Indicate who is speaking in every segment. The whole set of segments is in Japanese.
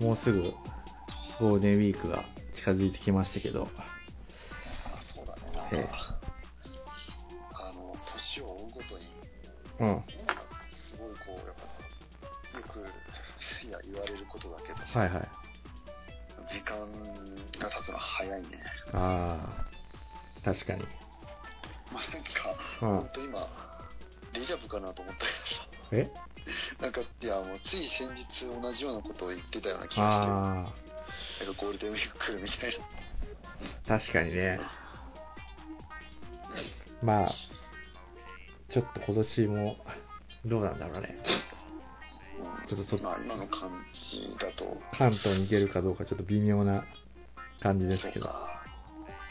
Speaker 1: もうすぐゴールデンウィークが近づいてきましたけど、
Speaker 2: あそうだね。なんか、
Speaker 1: ええ
Speaker 2: あの、年を追うごとに、
Speaker 1: うん。
Speaker 2: なんかすごいこう、やっぱ、よく、いや、言われることだけどさ、
Speaker 1: はいはい。
Speaker 2: 時間が経つのは早いね。
Speaker 1: ああ、確かに。
Speaker 2: まあ
Speaker 1: うん
Speaker 2: なんか、ほんと今、デジャブかなと思ったけ
Speaker 1: え
Speaker 2: どさ、なんか、いや、もうつい先日同じようなことを言ってたような気がして、なん
Speaker 1: あ
Speaker 2: かゴールデンウィーク来るみたいな。
Speaker 1: あ、確かにね。まあ、ちょっと今年も、どうなんだろうね。
Speaker 2: うん
Speaker 1: ちょっとそ
Speaker 2: まあ今の感じだと、
Speaker 1: 関東に行けるかどうかちょっと微妙な感じです
Speaker 2: そう
Speaker 1: けど。
Speaker 2: か。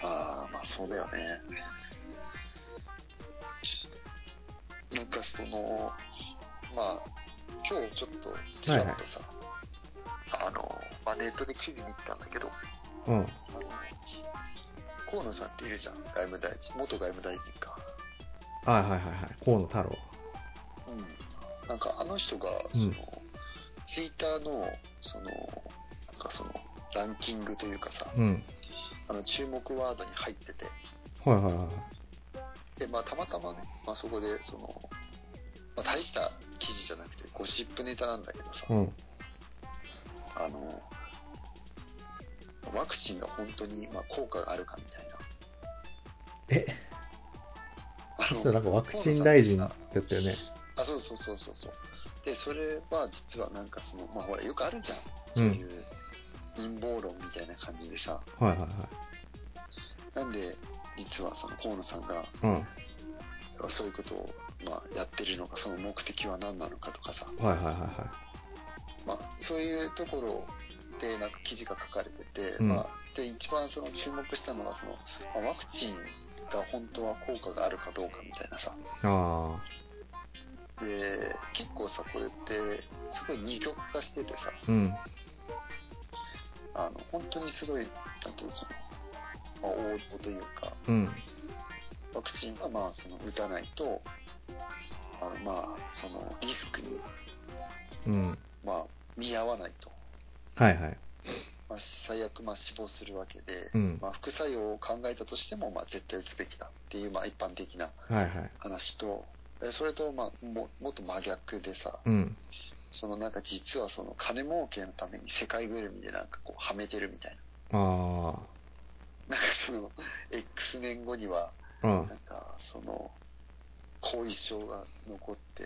Speaker 2: ああ、まあそうだよね。なんかその、まあ、今日ちょっと、ちらっとさ、あの、まあ、ネットで記事見てたんだけど、
Speaker 1: うん。
Speaker 2: 河野さんっているじゃん、外務大臣、元外務大臣か。
Speaker 1: あはいはいはい。河野太郎。
Speaker 2: うん。なんかあの人が、
Speaker 1: うん
Speaker 2: その、ツイッターの、その、なんかその、ランキングというかさ、
Speaker 1: うん。
Speaker 2: あの、注目ワードに入ってて、
Speaker 1: はいはいはい。
Speaker 2: で、まあ、たまたまね、まあ、そこで、その、まあ、大した記事じゃなくて、ゴシップネタなんだけどさ
Speaker 1: う、ん。
Speaker 2: あの、ワクチンが本当に、まあ、効果があるかみたいな。
Speaker 1: え
Speaker 2: あ
Speaker 1: そう
Speaker 2: の
Speaker 1: なんかワクチン大臣だったよね。
Speaker 2: あ、そうそうそうそうそう。で、それは実はなんかその、まあ、ほら、よくあるじゃん。
Speaker 1: う
Speaker 2: そうんいう陰謀論みたいな感じでさ。
Speaker 1: はいはいはい。
Speaker 2: なんで、実はその河野さんが、
Speaker 1: うん。
Speaker 2: そういうことを、まあ、やってるのか、その目的は何なのかとかさ。
Speaker 1: はいはいはいは
Speaker 2: まあ、そういうところでなんか記事が書かれてて、
Speaker 1: うん
Speaker 2: まあ、で一番その注目したのがその、まあワクチンが本当は効果があるかどうかみたいなさ
Speaker 1: い。あ
Speaker 2: で結構さこれってすごい二極化しててさ
Speaker 1: あ。うん。
Speaker 2: あの本当にすごいなんていうのその、まあ、王道というか
Speaker 1: うん。
Speaker 2: ワクチンはまあその打たないとあのまあそのリスクに、
Speaker 1: うん。
Speaker 2: まあ、見合わないと、
Speaker 1: はいはい。
Speaker 2: まあ、最悪まあ死亡するわけで。
Speaker 1: うん。
Speaker 2: まあ、副作用を考えたとしても、まあ、絶対打つべきだっていう、まあ、一般的な
Speaker 1: はいはい。
Speaker 2: 話と、えそれと、まあ、ももっと真逆でさ、
Speaker 1: うん。
Speaker 2: そのなんか実はその金儲けのために世界ぐるみでなんかこうはめてるみたい
Speaker 1: あ
Speaker 2: な、なんかその X 年後には、
Speaker 1: あ。うん。はい
Speaker 2: なんかその後遺症が残って、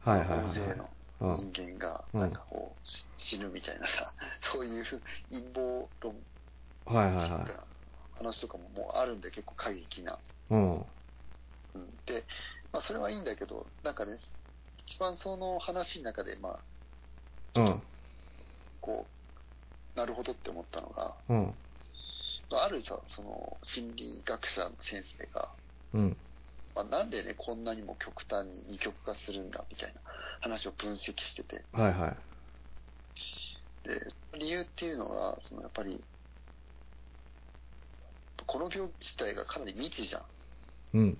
Speaker 1: はいはい
Speaker 2: 大勢の
Speaker 1: はい。
Speaker 2: 人間が
Speaker 1: うん
Speaker 2: なんかこうし死ぬみたいなさ、そういう陰謀論
Speaker 1: うん。はいはい
Speaker 2: っていう
Speaker 1: は
Speaker 2: か話とかももうあるんで、結構過激な。
Speaker 1: い。うん。
Speaker 2: うんで、まあ、それはいいんだけど、なんかね、一番その話の中で、まあ、
Speaker 1: うん。
Speaker 2: こう、なるほどって思ったのが、
Speaker 1: うん。
Speaker 2: まああるさ、その、心理学者の先生が、
Speaker 1: うん。
Speaker 2: まあ、なんでね、こんなにも極端に二極化するんだ、みたいな話を分析してて、
Speaker 1: はいはい。
Speaker 2: で、理由っていうのが、その、やっぱり、この病気自体がかなり未知じゃん。
Speaker 1: うん。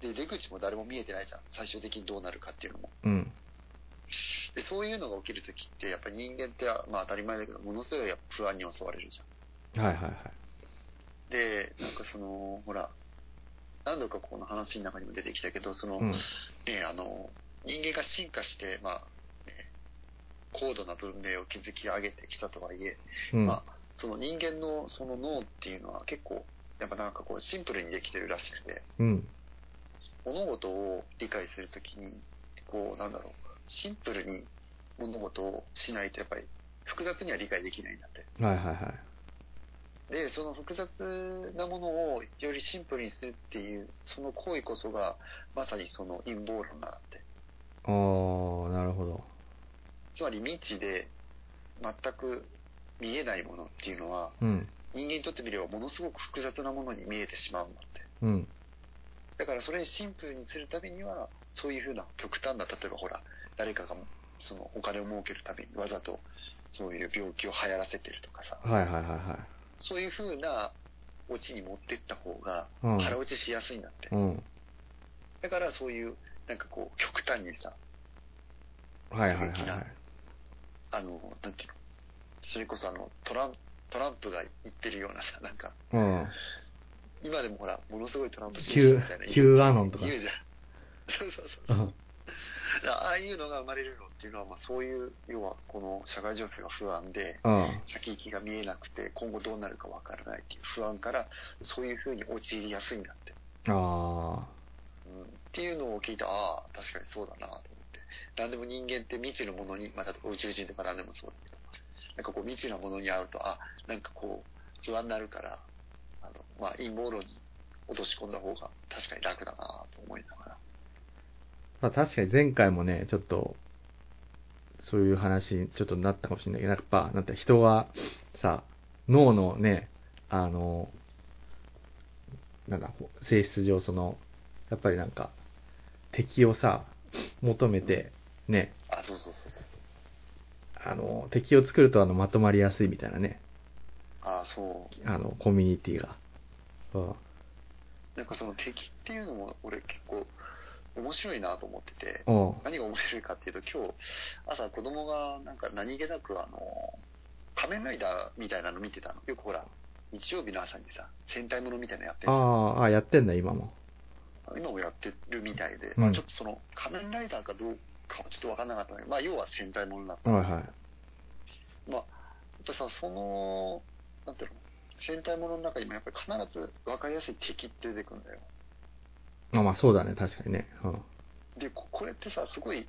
Speaker 2: で、出口も誰も見えてないじゃん。最終的にどうなるかっていうのも。
Speaker 1: うん。
Speaker 2: でそういうのが起きるときって、やっぱり人間って、まあ当たり前だけど、ものすごいやっぱ不安に襲われるじゃん。
Speaker 1: はいはいはい。
Speaker 2: で、なんかその、ほら、何度かこの話の中にも出てきたけど、その、
Speaker 1: うん
Speaker 2: ね、。あの、人間が進化して、まあ、ね、高度な文明を築き上げてきたとはいえ、
Speaker 1: うん。
Speaker 2: ま
Speaker 1: は
Speaker 2: あ、その人間のその脳っていうのは結構、やっぱなんかこうシンプルにできてるらしくて、
Speaker 1: うん。
Speaker 2: 物事を理解するときに、こう、なんだろう、シンプルに物事をしないと、やっぱり複雑には理解できないんだって。
Speaker 1: はいはいはい。
Speaker 2: で、その複雑なものをよりシンプルにするっていう、その行為こそが、まさにその陰謀論なんだって。
Speaker 1: ああ、なるほど。
Speaker 2: つまり未知で全く見えないものっていうのは、
Speaker 1: うん。
Speaker 2: 人間にとってみればものすごく複雑なものに見えてしまうんだって。
Speaker 1: うん。
Speaker 2: だからそれにシンプルにするためには、そういうふうな極端な、例えばほら、誰かがそのお金を儲けるためにわざとそういう病気を流行らせてるとかさ、
Speaker 1: はいはいはいは
Speaker 2: そういうふうなオチに持ってった方が
Speaker 1: い。うん。
Speaker 2: 腹落ちしやすいんだって。
Speaker 1: うん。
Speaker 2: だからそういう、なんかこう、極端にさ、
Speaker 1: はいはいはいはい。
Speaker 2: あの、なんていうの、それこそあの、トラン、トランプが言ってるようなさ、なんか、
Speaker 1: うん。
Speaker 2: 今でもほら、ものすごいトランプ支持者
Speaker 1: Q
Speaker 2: みたいな、言う
Speaker 1: Q アノンとか。
Speaker 2: 言うじゃん。 そうそうそう。
Speaker 1: うん
Speaker 2: ああいうのが生まれるのっていうのは、まあそういう、要はこの社会情勢が不安で、
Speaker 1: うん。
Speaker 2: 先行きが見えなくて、今後どうなるかわからないっていう不安から、そういうふうに陥りやすいなって。
Speaker 1: あ
Speaker 2: うん、っていうのを聞いて、ああ、確かにそうだなと思って。何でも人間って未知のものに、まあ、例えば宇宙人とか何でもそうだけど、なんかこう未知なものに会うと、あ、なんかこう、不安になるから、あの、まあ、陰謀論に落とし込んだ方が確かに楽だなと思いながら。
Speaker 1: まあ確かに前回もね、ちょっと、そういう話、ちょっとなったかもしれないけど、やっぱ、なんて人はさ、脳のね、あの、なんだ、性質上、その、やっぱりなんか、敵をさ、求めて、ね、
Speaker 2: あ、そうそうそうそう。
Speaker 1: あの、敵を作るとあの、まとまりやすいみたいなね、
Speaker 2: ああ、そう。
Speaker 1: あの、コミュニティが。うん。
Speaker 2: なんかその敵っていうのも、俺結構面白いなと思ってて、
Speaker 1: うん。
Speaker 2: 何が面白いかっていうと、今日、朝子供がなんか何気なくあの、仮面ライダーみたいなの見てたの。よくほら、日曜日の朝にさ、戦隊ものみたいなのやってるじゃん
Speaker 1: ああ、あやってんだ、今も。
Speaker 2: 今もやってるみたいで、
Speaker 1: うん
Speaker 2: まあちょっとその、仮面ライダーかどうかはちょっとわかんなかったんだけど、まあ要は戦隊ものだった。
Speaker 1: はい
Speaker 2: やっ
Speaker 1: はい。
Speaker 2: ぱさ、その、なんていうの戦隊ものの中にもやっぱり必ず分かりやすい敵って出てくるんだよ。
Speaker 1: あまあそうだね、確かにね。うん。
Speaker 2: でここれってさすごい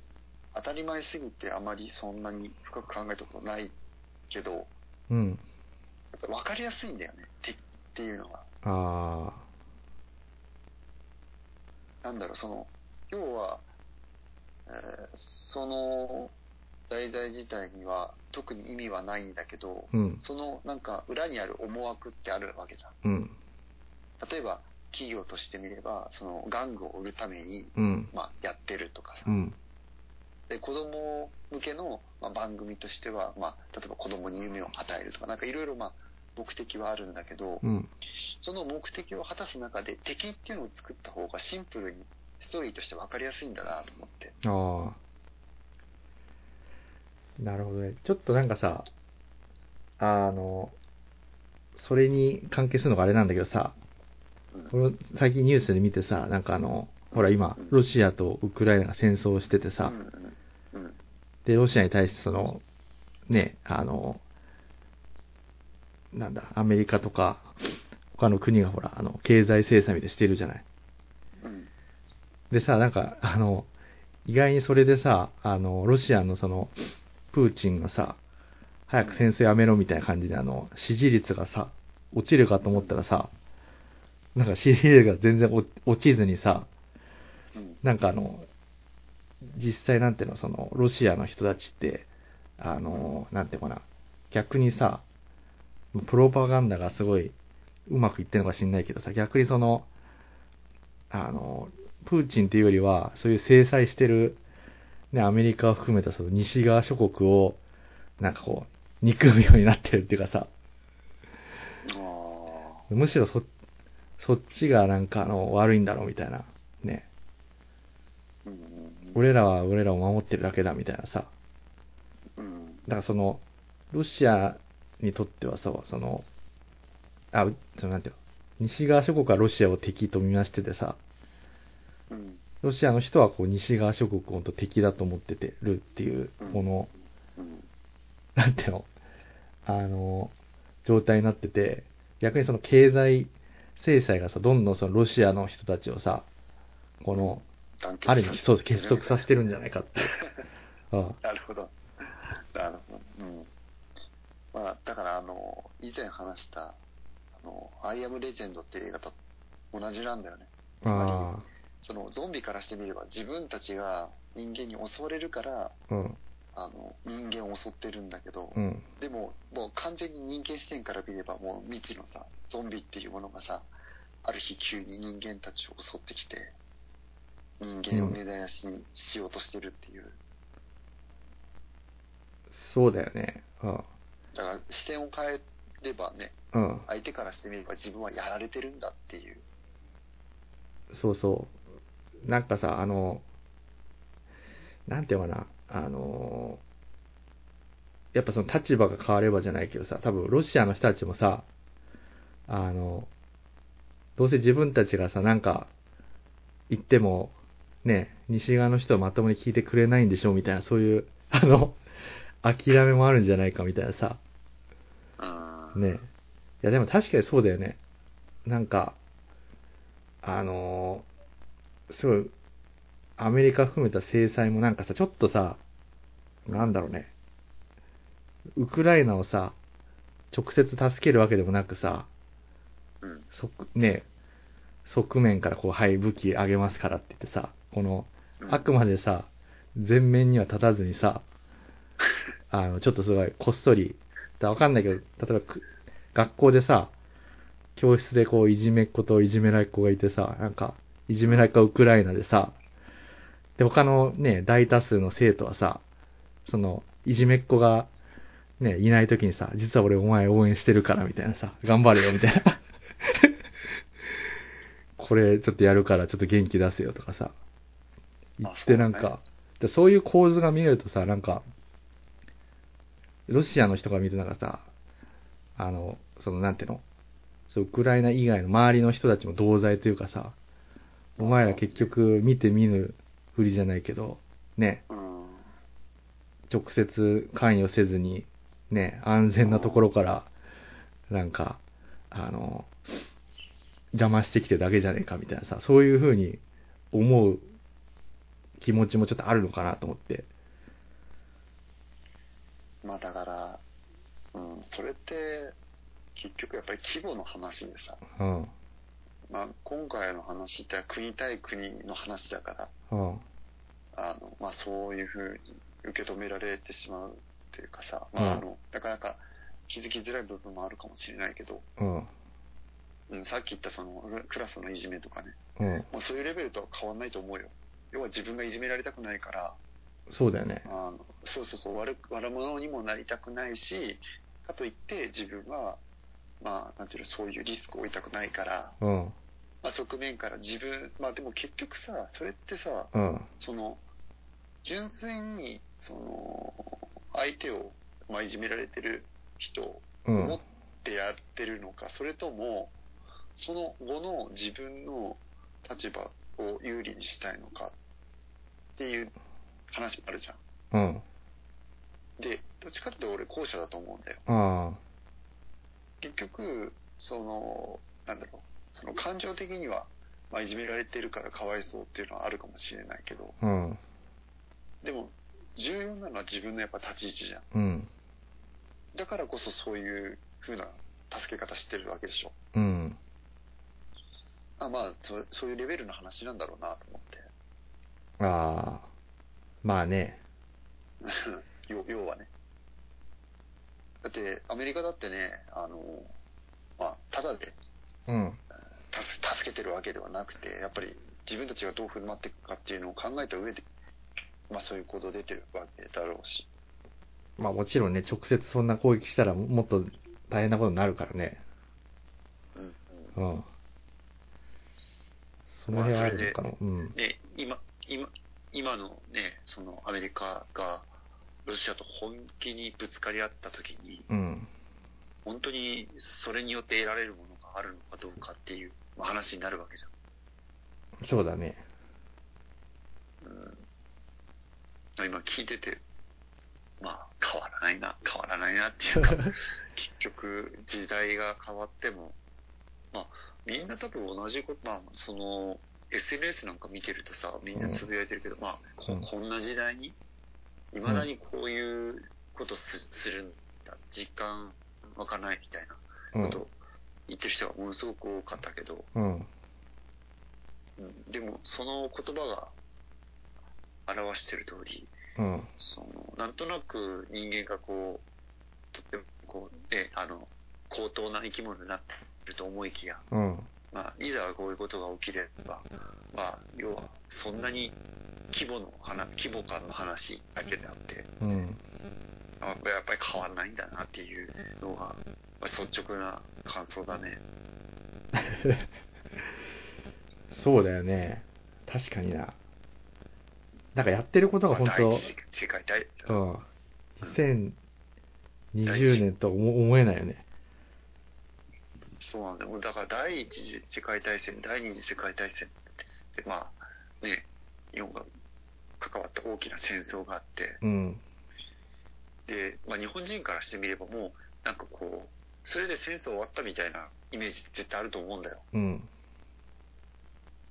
Speaker 2: 当たり前すぎてあまりそんなに深く考えたことないけどやっ
Speaker 1: うん。
Speaker 2: ぱ分かりやすいんだよね敵っていうのは
Speaker 1: あ
Speaker 2: なんだろうその要は、えーその題材自体には特に意味はないんだけど
Speaker 1: あ、うん、
Speaker 2: そのなんか裏にある思惑ってあるわけじゃん
Speaker 1: うん、
Speaker 2: 例えば企業としてみればその玩具を売るために、
Speaker 1: うん、
Speaker 2: まあ、やってるとかさ
Speaker 1: うん、
Speaker 2: で子供向けの、まあ、番組としては、まあ、例えば子供に夢を与えるとかなんかいろいろまあ目的はあるんだけど
Speaker 1: うん、
Speaker 2: その目的を果たす中で敵っていうのを作った方がシンプルにストーリーとして分かりやすいんだなと思って
Speaker 1: ああ。なるほどね。ちょっとなんかさ、あの、それに関係するのがあれなんだけどさ、この最近ニュースで見てさ、なんかあの、ほら今、ロシアとウクライナが戦争してて
Speaker 2: う
Speaker 1: さ、
Speaker 2: んうんうん
Speaker 1: で、ロシアに対してその、ね、あの、なんだ、アメリカとか、他の国がほら、あの、経済制裁みたいにしてるじゃない。
Speaker 2: うん
Speaker 1: でさ、なんか、あの、意外にそれでさ、あの、ロシアのその、プーチンがさ、早く戦争やめろみたいな感じで、あの、支持率がさ、落ちるかと思ったらさ、なんか支持率が全然落落ちずにさ、
Speaker 2: うん
Speaker 1: なんかあの、実際なんていうの、その、ロシアの人たちって、あの、なんていうのかな、逆にさ、プロパガンダがすごい、うまくいってるのか知んないけどさ、逆にその、あの、プーチンっていうよりは、そういう制裁してる、ね、アメリカを含めたその西側諸国を、なんかこう、憎むようになってるっていうかさ、
Speaker 2: あー
Speaker 1: むしろそ、そっちがなんかあの、悪いんだろうみたいな、ね、
Speaker 2: うんうん
Speaker 1: 俺らは俺らを守ってるだけだみたいなさ、
Speaker 2: うん
Speaker 1: だからその、ロシアにとってはさ、その、あ、うそのなんていうの、西側諸国はロシアを敵と見なしててさ、
Speaker 2: うん
Speaker 1: ロシアの人はこう西側諸国を本当敵だと思っててるっていう、この、
Speaker 2: うん
Speaker 1: なんていうの、あの、状態になってて、逆にその経済制裁がさ、どんどんそのロシアの人たちをさ、この、
Speaker 2: 団結
Speaker 1: ある意味、そうです結束
Speaker 2: さ
Speaker 1: させてるんじゃないかっていう。うん
Speaker 2: なるほど。なるほど。うん。まあ、だから、あの、以前話した、あの、アイアムレジェンドって映画と同じなんだよね。
Speaker 1: あ
Speaker 2: その、ゾンビからしてみれば、自分たちが人間に襲われるから、
Speaker 1: あ、うん、
Speaker 2: あの、人間を襲ってるんだけど
Speaker 1: う、ん、
Speaker 2: でも、もう完全に人間視点から見れば、もう未知のさ、ゾンビっていうものがさ、ある日急に人間たちを襲ってきて、人間を根絶やしにしようとしてるっていう。
Speaker 1: そうだよね。うん、
Speaker 2: だから、視点を変えればね、
Speaker 1: うん。
Speaker 2: 相手からしてみれば自分はやられてるんだっていう。
Speaker 1: そうそう。なんかさ、あの、なんていうのかな、あの、やっぱその立場が変わればじゃないけどさ、多分ロシアの人たちもさ、あの、どうせ自分たちがさ、なんか、言っても、ね、西側の人はまともに聞いてくれないんでしょみたいな、そういう、あの、諦めもあるんじゃないかみたいなさ、
Speaker 2: うん。
Speaker 1: ね。いや、でも確かにそうだよね。なんか、あのーすごい、アメリカ含めた制裁もなんかさ、ちょっとさ、なんだろうね。ウクライナをさ、直接助けるわけでもなくさ、
Speaker 2: うん。
Speaker 1: そね、側面からこう、はい、武器あげますからって言ってさ、この、
Speaker 2: うん
Speaker 1: あくまでさ、前面には立たずに さ、あの、ちょっとすごい、こっそり、だわかんないけど、例えばく、学校でさ、教室でこう、いじめっ子といじめられっ子がいてさ、なんか、いじめられっ子はウクライナでさ、で、他のね、大多数の生徒はさ、その、いじめっ子が、ね、いない時にさ、実は俺お前応援してるから、みたいなさ、頑張れよ、みたい な。これちょっとやるからちょっと元気出せよとかさ、言ってなん
Speaker 2: あそうね
Speaker 1: か、でそういう構図が見えるとさ、なんか、ロシアの人が見てなんかさ、あの、そのなんていうのそうウクライナ以外の周りの人たちも同罪というかさ、お前ら結局見て見ぬふりじゃないけど、ね、
Speaker 2: うん。
Speaker 1: 直接関与せずに、ね、安全なところから、なんか、あの、邪魔してきてるだけじゃねえかみたいなさ、そういうふうに思う気持ちもちょっとあるのかなと思って。
Speaker 2: まあだから、うん、それって、結局やっぱり規模の話でさ、
Speaker 1: うん。
Speaker 2: まあ今回の話って国対国の話だか
Speaker 1: う
Speaker 2: ら、
Speaker 1: ん。
Speaker 2: あの、まあそういうふうに受け止められてしまうっていうかさ、まああの、なかなか気づきづらい部分もあるかもしれないけど、
Speaker 1: うん。
Speaker 2: うん、さっき言ったそのクラスのいじめとかね、
Speaker 1: うん。
Speaker 2: もうそういうレベルとは変わんないと思うよ。要は自分がいじめられたくないから、
Speaker 1: そうだよね
Speaker 2: あ。のそうそうそう悪く、悪者にもなりたくないし、かといって自分は、まあ、なんていうの、そういうリスクを負いたくないから、
Speaker 1: うん。
Speaker 2: まあ、側面から自分、まあでも結局さ、それってさ、
Speaker 1: うん。
Speaker 2: その、純粋に、その、相手を、まあ、いじめられてる人を
Speaker 1: う
Speaker 2: 思
Speaker 1: ん
Speaker 2: っ。てやってるのか、それとも、その後の自分の立場を有利にしたいのかっていう話もあるじゃん。
Speaker 1: うん。
Speaker 2: で、どっちかっていうと俺後者だと思うんだよ。
Speaker 1: あ
Speaker 2: 結局、その、なんだろう、その感情的には、まあ、いじめられてるからかわいそうっていうのはあるかもしれないけど、
Speaker 1: あ。うん。
Speaker 2: でも、重要なのは自分のやっぱ立ち位置じゃん。
Speaker 1: うん。
Speaker 2: だからこそそういう風な助け方してるわけでしょ。
Speaker 1: うん。
Speaker 2: あまあそ、そういうレベルの話なんだろうなと思って。
Speaker 1: ああ。まあね。
Speaker 2: 要要はね。だって、アメリカだってね、あの、まあ、ただで
Speaker 1: うん。
Speaker 2: 助助けてるわけではなくて、やっぱり自分たちがどう振る舞っていくかっていうのを考えた上で、まあそういう行動出てるわけだろうし。
Speaker 1: まあもちろんね、直接そんな攻撃したらもっと大変なことになるからね。
Speaker 2: うんうん
Speaker 1: うん。その辺はあるのかな。うん。
Speaker 2: で、今、今、今のね、そのアメリカがロシアと本気にぶつかり合った時に、
Speaker 1: うん。
Speaker 2: 本当にそれによって得られるものがあるのかどうかっていうまあ話になるわけじゃん。
Speaker 1: そうだ ね。
Speaker 2: うん、今聞いてて、まあ、変わらないな、変わらないなってい うか、結局、時代が変わっても、まあ、みんな多分同じこと、まあ、その、SNS なんか見てるとさ、みんなつぶやいてるけど、まあこ、
Speaker 1: うん
Speaker 2: こんな時代に、いまだにこういうことすするんだ、実感湧かないみたいな
Speaker 1: う
Speaker 2: こ
Speaker 1: ん
Speaker 2: と。を言ってる人がものすごく多かったけど、
Speaker 1: うん。
Speaker 2: うんでも、その言葉が表してる通り、
Speaker 1: うん。
Speaker 2: その、なんとなく人間がこう、とってもこう、ね、あの、高等な生き物になってると思いきや、
Speaker 1: うん。
Speaker 2: まあ、いざこういうことが起きれば、まあ、要は、そんなに規模の話、規模感の話だけであって、
Speaker 1: うん。
Speaker 2: あやっぱり変わらないんだなっていうのが、まあ率直な感想だね。
Speaker 1: そうだよね。確かにな。なんかやってることが
Speaker 2: まあ
Speaker 1: 本
Speaker 2: 第一次世界大、
Speaker 1: 当、うん。 20年とは思思えないよね。
Speaker 2: そうなんだよ。だから第一次世界大戦、第二次世界大戦で、まあ、ね、日本が関わった大きな戦争があって、
Speaker 1: うん。
Speaker 2: で、まあ日本人からしてみればもう、なんかこう、それで戦争終わったみたいなイメージ絶対あると思うんだよ。
Speaker 1: うん。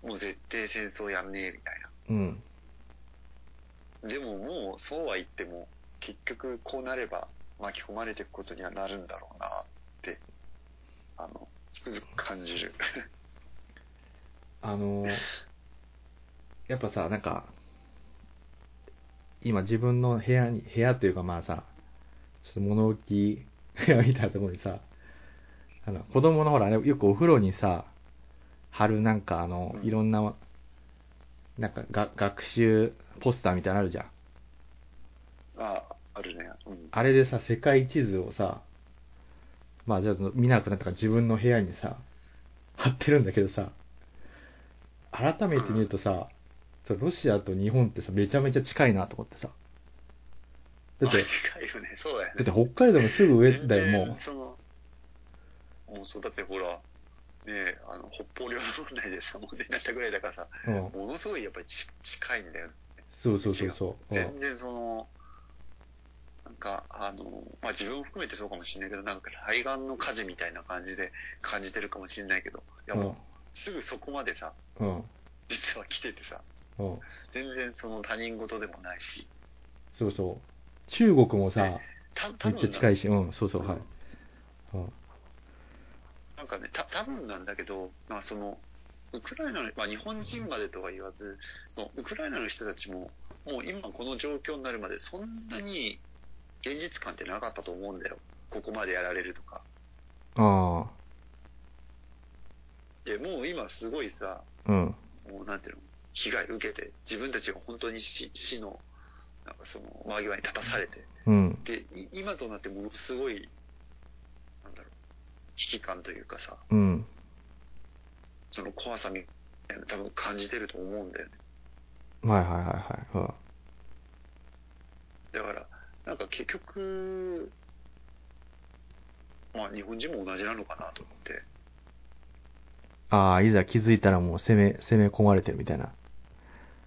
Speaker 2: もう絶対戦争やんねえみたい
Speaker 1: うん。
Speaker 2: な。でももうそうは言っても、結局こうなれば巻き込まれていくことにはなるんだろうなって、あの、つくづく感じる。
Speaker 1: あのー、やっぱさ、なんか、今自分の部屋に、部屋というかまあさ、ちょっと物置部屋みたいなところにさ、あの、子供のほら、あれよくお風呂にさ、貼るなんかあの、
Speaker 2: うん
Speaker 1: いろんな、なんかが学習ポスターみたいなのあるじゃん。
Speaker 2: ああ、あるね。うん。
Speaker 1: あれでさ、世界地図をさ、まあじゃあ見なくなったから自分の部屋にさ、貼ってるんだけどさ、改めて見るとさ、そうロシアと日本ってさ、めちゃめちゃ近いなと思ってさ。だって、
Speaker 2: 近いよね。そうだよね。
Speaker 1: だって北海道のすぐ上だよ、
Speaker 2: 全
Speaker 1: も
Speaker 2: 然その、もうそう、だってほら、ねえ、あの、北方領土問題でさ、問題になったぐらいだからさ、
Speaker 1: う。うん。
Speaker 2: ものすごいやっぱりち近いんだよ。
Speaker 1: そうそうそうそう。うん
Speaker 2: 全然その、なんか、あの、まあ、自分を含めてそうかもしれないけど、なんか対岸の火事みたいな感じで感じてるかもしれないけど、いや
Speaker 1: う
Speaker 2: も
Speaker 1: ん
Speaker 2: う、すぐそこまでさ、
Speaker 1: うん。
Speaker 2: 実は来ててさ、
Speaker 1: うん。
Speaker 2: 全然その他人事でもないし、
Speaker 1: そうそう。中国もさ、
Speaker 2: た多
Speaker 1: めっ
Speaker 2: 分
Speaker 1: ちゃ近いし、うん、そうそう、はい。うん。
Speaker 2: なんかね、た多分なんだけど、まあ、そのウクライナの、まあ、日本人までとは言わずその、ウクライナの人たちも、もう今この状況になるまで、そんなに現実感ってなかったと思うんだよ、ここまでやられるとか。
Speaker 1: あ
Speaker 2: でもう今、すごいさ、
Speaker 1: あ、うん。
Speaker 2: もうなんていうの、被害受けて、自分たちが本当に死死のなんかその間際に立たされて、
Speaker 1: うん。
Speaker 2: でい今となってものすごい、なんだろう、危機感というかさ、
Speaker 1: うん。
Speaker 2: その怖さみたいなの多分感じてると思うんだよね。
Speaker 1: はいはいはいはい。うん
Speaker 2: だから、なんか結局、まあ日本人も同じなのかなと思って、
Speaker 1: ああ、いざ気づいたらもう攻め、攻め込まれてるみたいな。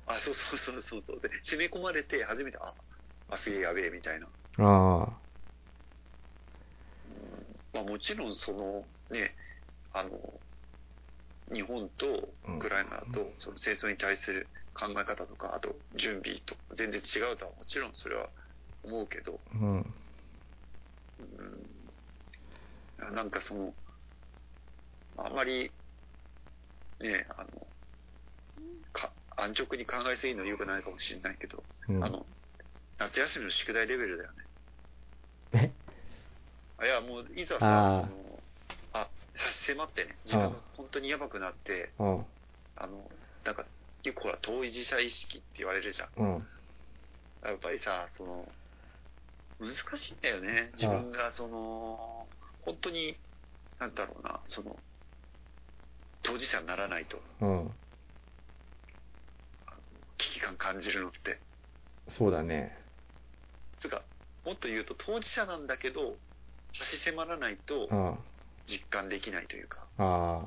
Speaker 2: あ、そうそうそうそうそう、で、攻め込まれて初めて、あ、あすげえやべえみたいな。
Speaker 1: あ
Speaker 2: まあもちろんそのね、あの、日本とウクライナとその戦争に対する考え方とか、あと準備とか全然違うとはもちろんそれは思うけど、
Speaker 1: あ、うん。
Speaker 2: うん、なんかその、あまり、ね、あの、か安直に考えすぎるのは良くないかもしれないけど、
Speaker 1: うん
Speaker 2: あの、夏休みの宿題レベルだよ
Speaker 1: え
Speaker 2: ね。あいや、もう、いざ
Speaker 1: あー
Speaker 2: さ、その、あ、差し迫ってね、自分が本当にやばくなって、
Speaker 1: うん。
Speaker 2: あの、なんか、結構ほら、当事者意識って言われるじゃん。
Speaker 1: うん。
Speaker 2: やっぱりさ、その、難しいんだよね。自分が、その、本当に、なんだろうな、その、当事者にならないと、
Speaker 1: うん。
Speaker 2: 危機感感じるのって。
Speaker 1: そうだね。
Speaker 2: つうか、もっと言うと、当事者なんだけど、差し迫らないと
Speaker 1: うん。あ
Speaker 2: 実感できないというか。
Speaker 1: あ。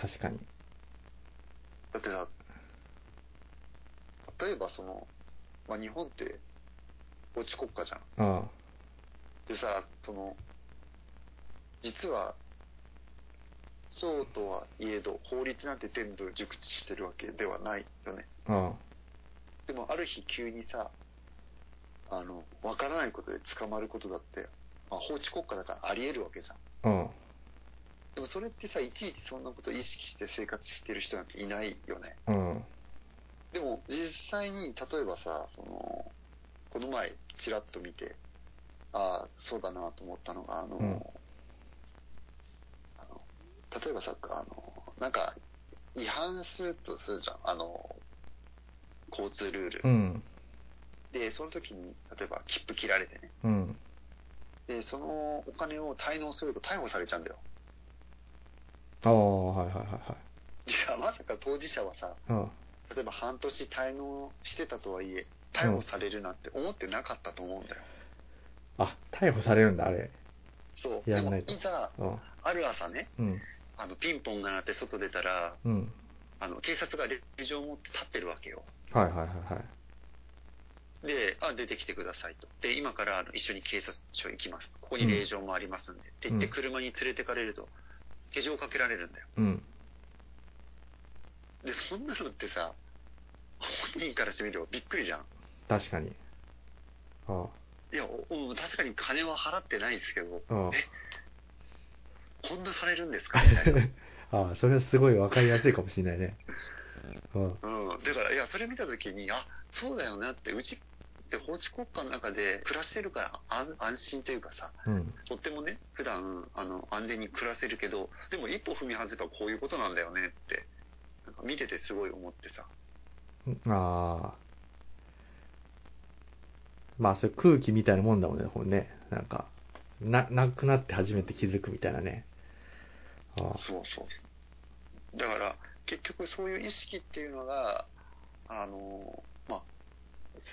Speaker 1: 確かに。
Speaker 2: だってさ、例えばその、まあ、日本って、法治国家じゃん。
Speaker 1: うん。
Speaker 2: でさ、その、実は、そうとはいえど、法律なんて全部熟知してるわけではないよね。
Speaker 1: うん。
Speaker 2: でも、ある日急にさ、あの、わからないことで捕まることだって、まあ、法治国家だからあり得るわけじゃん。
Speaker 1: うん。
Speaker 2: でも、それってさ、いちいちそんなこと意識して生活してる人なんていないよね。
Speaker 1: うん。
Speaker 2: でも、実際に、例えばさ、その、この前、ちらっと見て、ああ、そうだなと思ったのが、あの、
Speaker 1: うん
Speaker 2: あの例えばさ、あの、なんか、違反するとするじゃん、あの、交通ルール。
Speaker 1: うん。
Speaker 2: で、その時に、例えば、切符切られてね。
Speaker 1: うん。
Speaker 2: で、そのお金を滞納すると逮捕されちゃうんだよ。
Speaker 1: ああ、はいはいはい
Speaker 2: や、まさか当事者はさ、
Speaker 1: いはい。
Speaker 2: 例えば半年滞納してたとはいえ、逮捕されるなんて思ってなかったと思うんだよ。
Speaker 1: あ、逮捕されるんだ、あれ。
Speaker 2: そう。
Speaker 1: や
Speaker 2: で
Speaker 1: ん
Speaker 2: も、
Speaker 1: ない
Speaker 2: い
Speaker 1: と
Speaker 2: ざ、
Speaker 1: うん。
Speaker 2: ある朝ね、
Speaker 1: うん。
Speaker 2: あの、ピンポンが鳴って外出たら、
Speaker 1: うん。
Speaker 2: あの、警察が令状を持って立ってるわけよ。
Speaker 1: はいはいはいはい。
Speaker 2: で、あ、出てきてくださいと。で、今からあの一緒に警察署行きます。ここに令状もありますんで。って言って
Speaker 1: うん
Speaker 2: 車に連れてかれると、手錠をかけられるんだよ。
Speaker 1: うん。
Speaker 2: で、そんなのってさ、本人からしてみればびっくりじゃん。
Speaker 1: 確かに。あ
Speaker 2: いや、おうん確かに金は払ってないですけど、
Speaker 1: あ。あ
Speaker 2: こんなされるんですかみたいな。
Speaker 1: あ。ああ、それはすごいわかりやすいかもしれないね。うん。
Speaker 2: うん。だから、いや、それ見たときに、あ、そうだよなって、うちって法治国家の中で暮らしてるから安安心というかさ、
Speaker 1: うん。
Speaker 2: とってもね、普段、あの、安全に暮らせるけど、でも一歩踏み外せばこういうことなんだよねって、なんか見ててすごい思ってさ。
Speaker 1: ああ。まあ、それ空気みたいなもんだもんね、ほんね。なんか、な、なくなって初めて気づくみたいなね。ああ。
Speaker 2: そうそうそう。だから、結局そういう意識っていうのが、あの、まあ、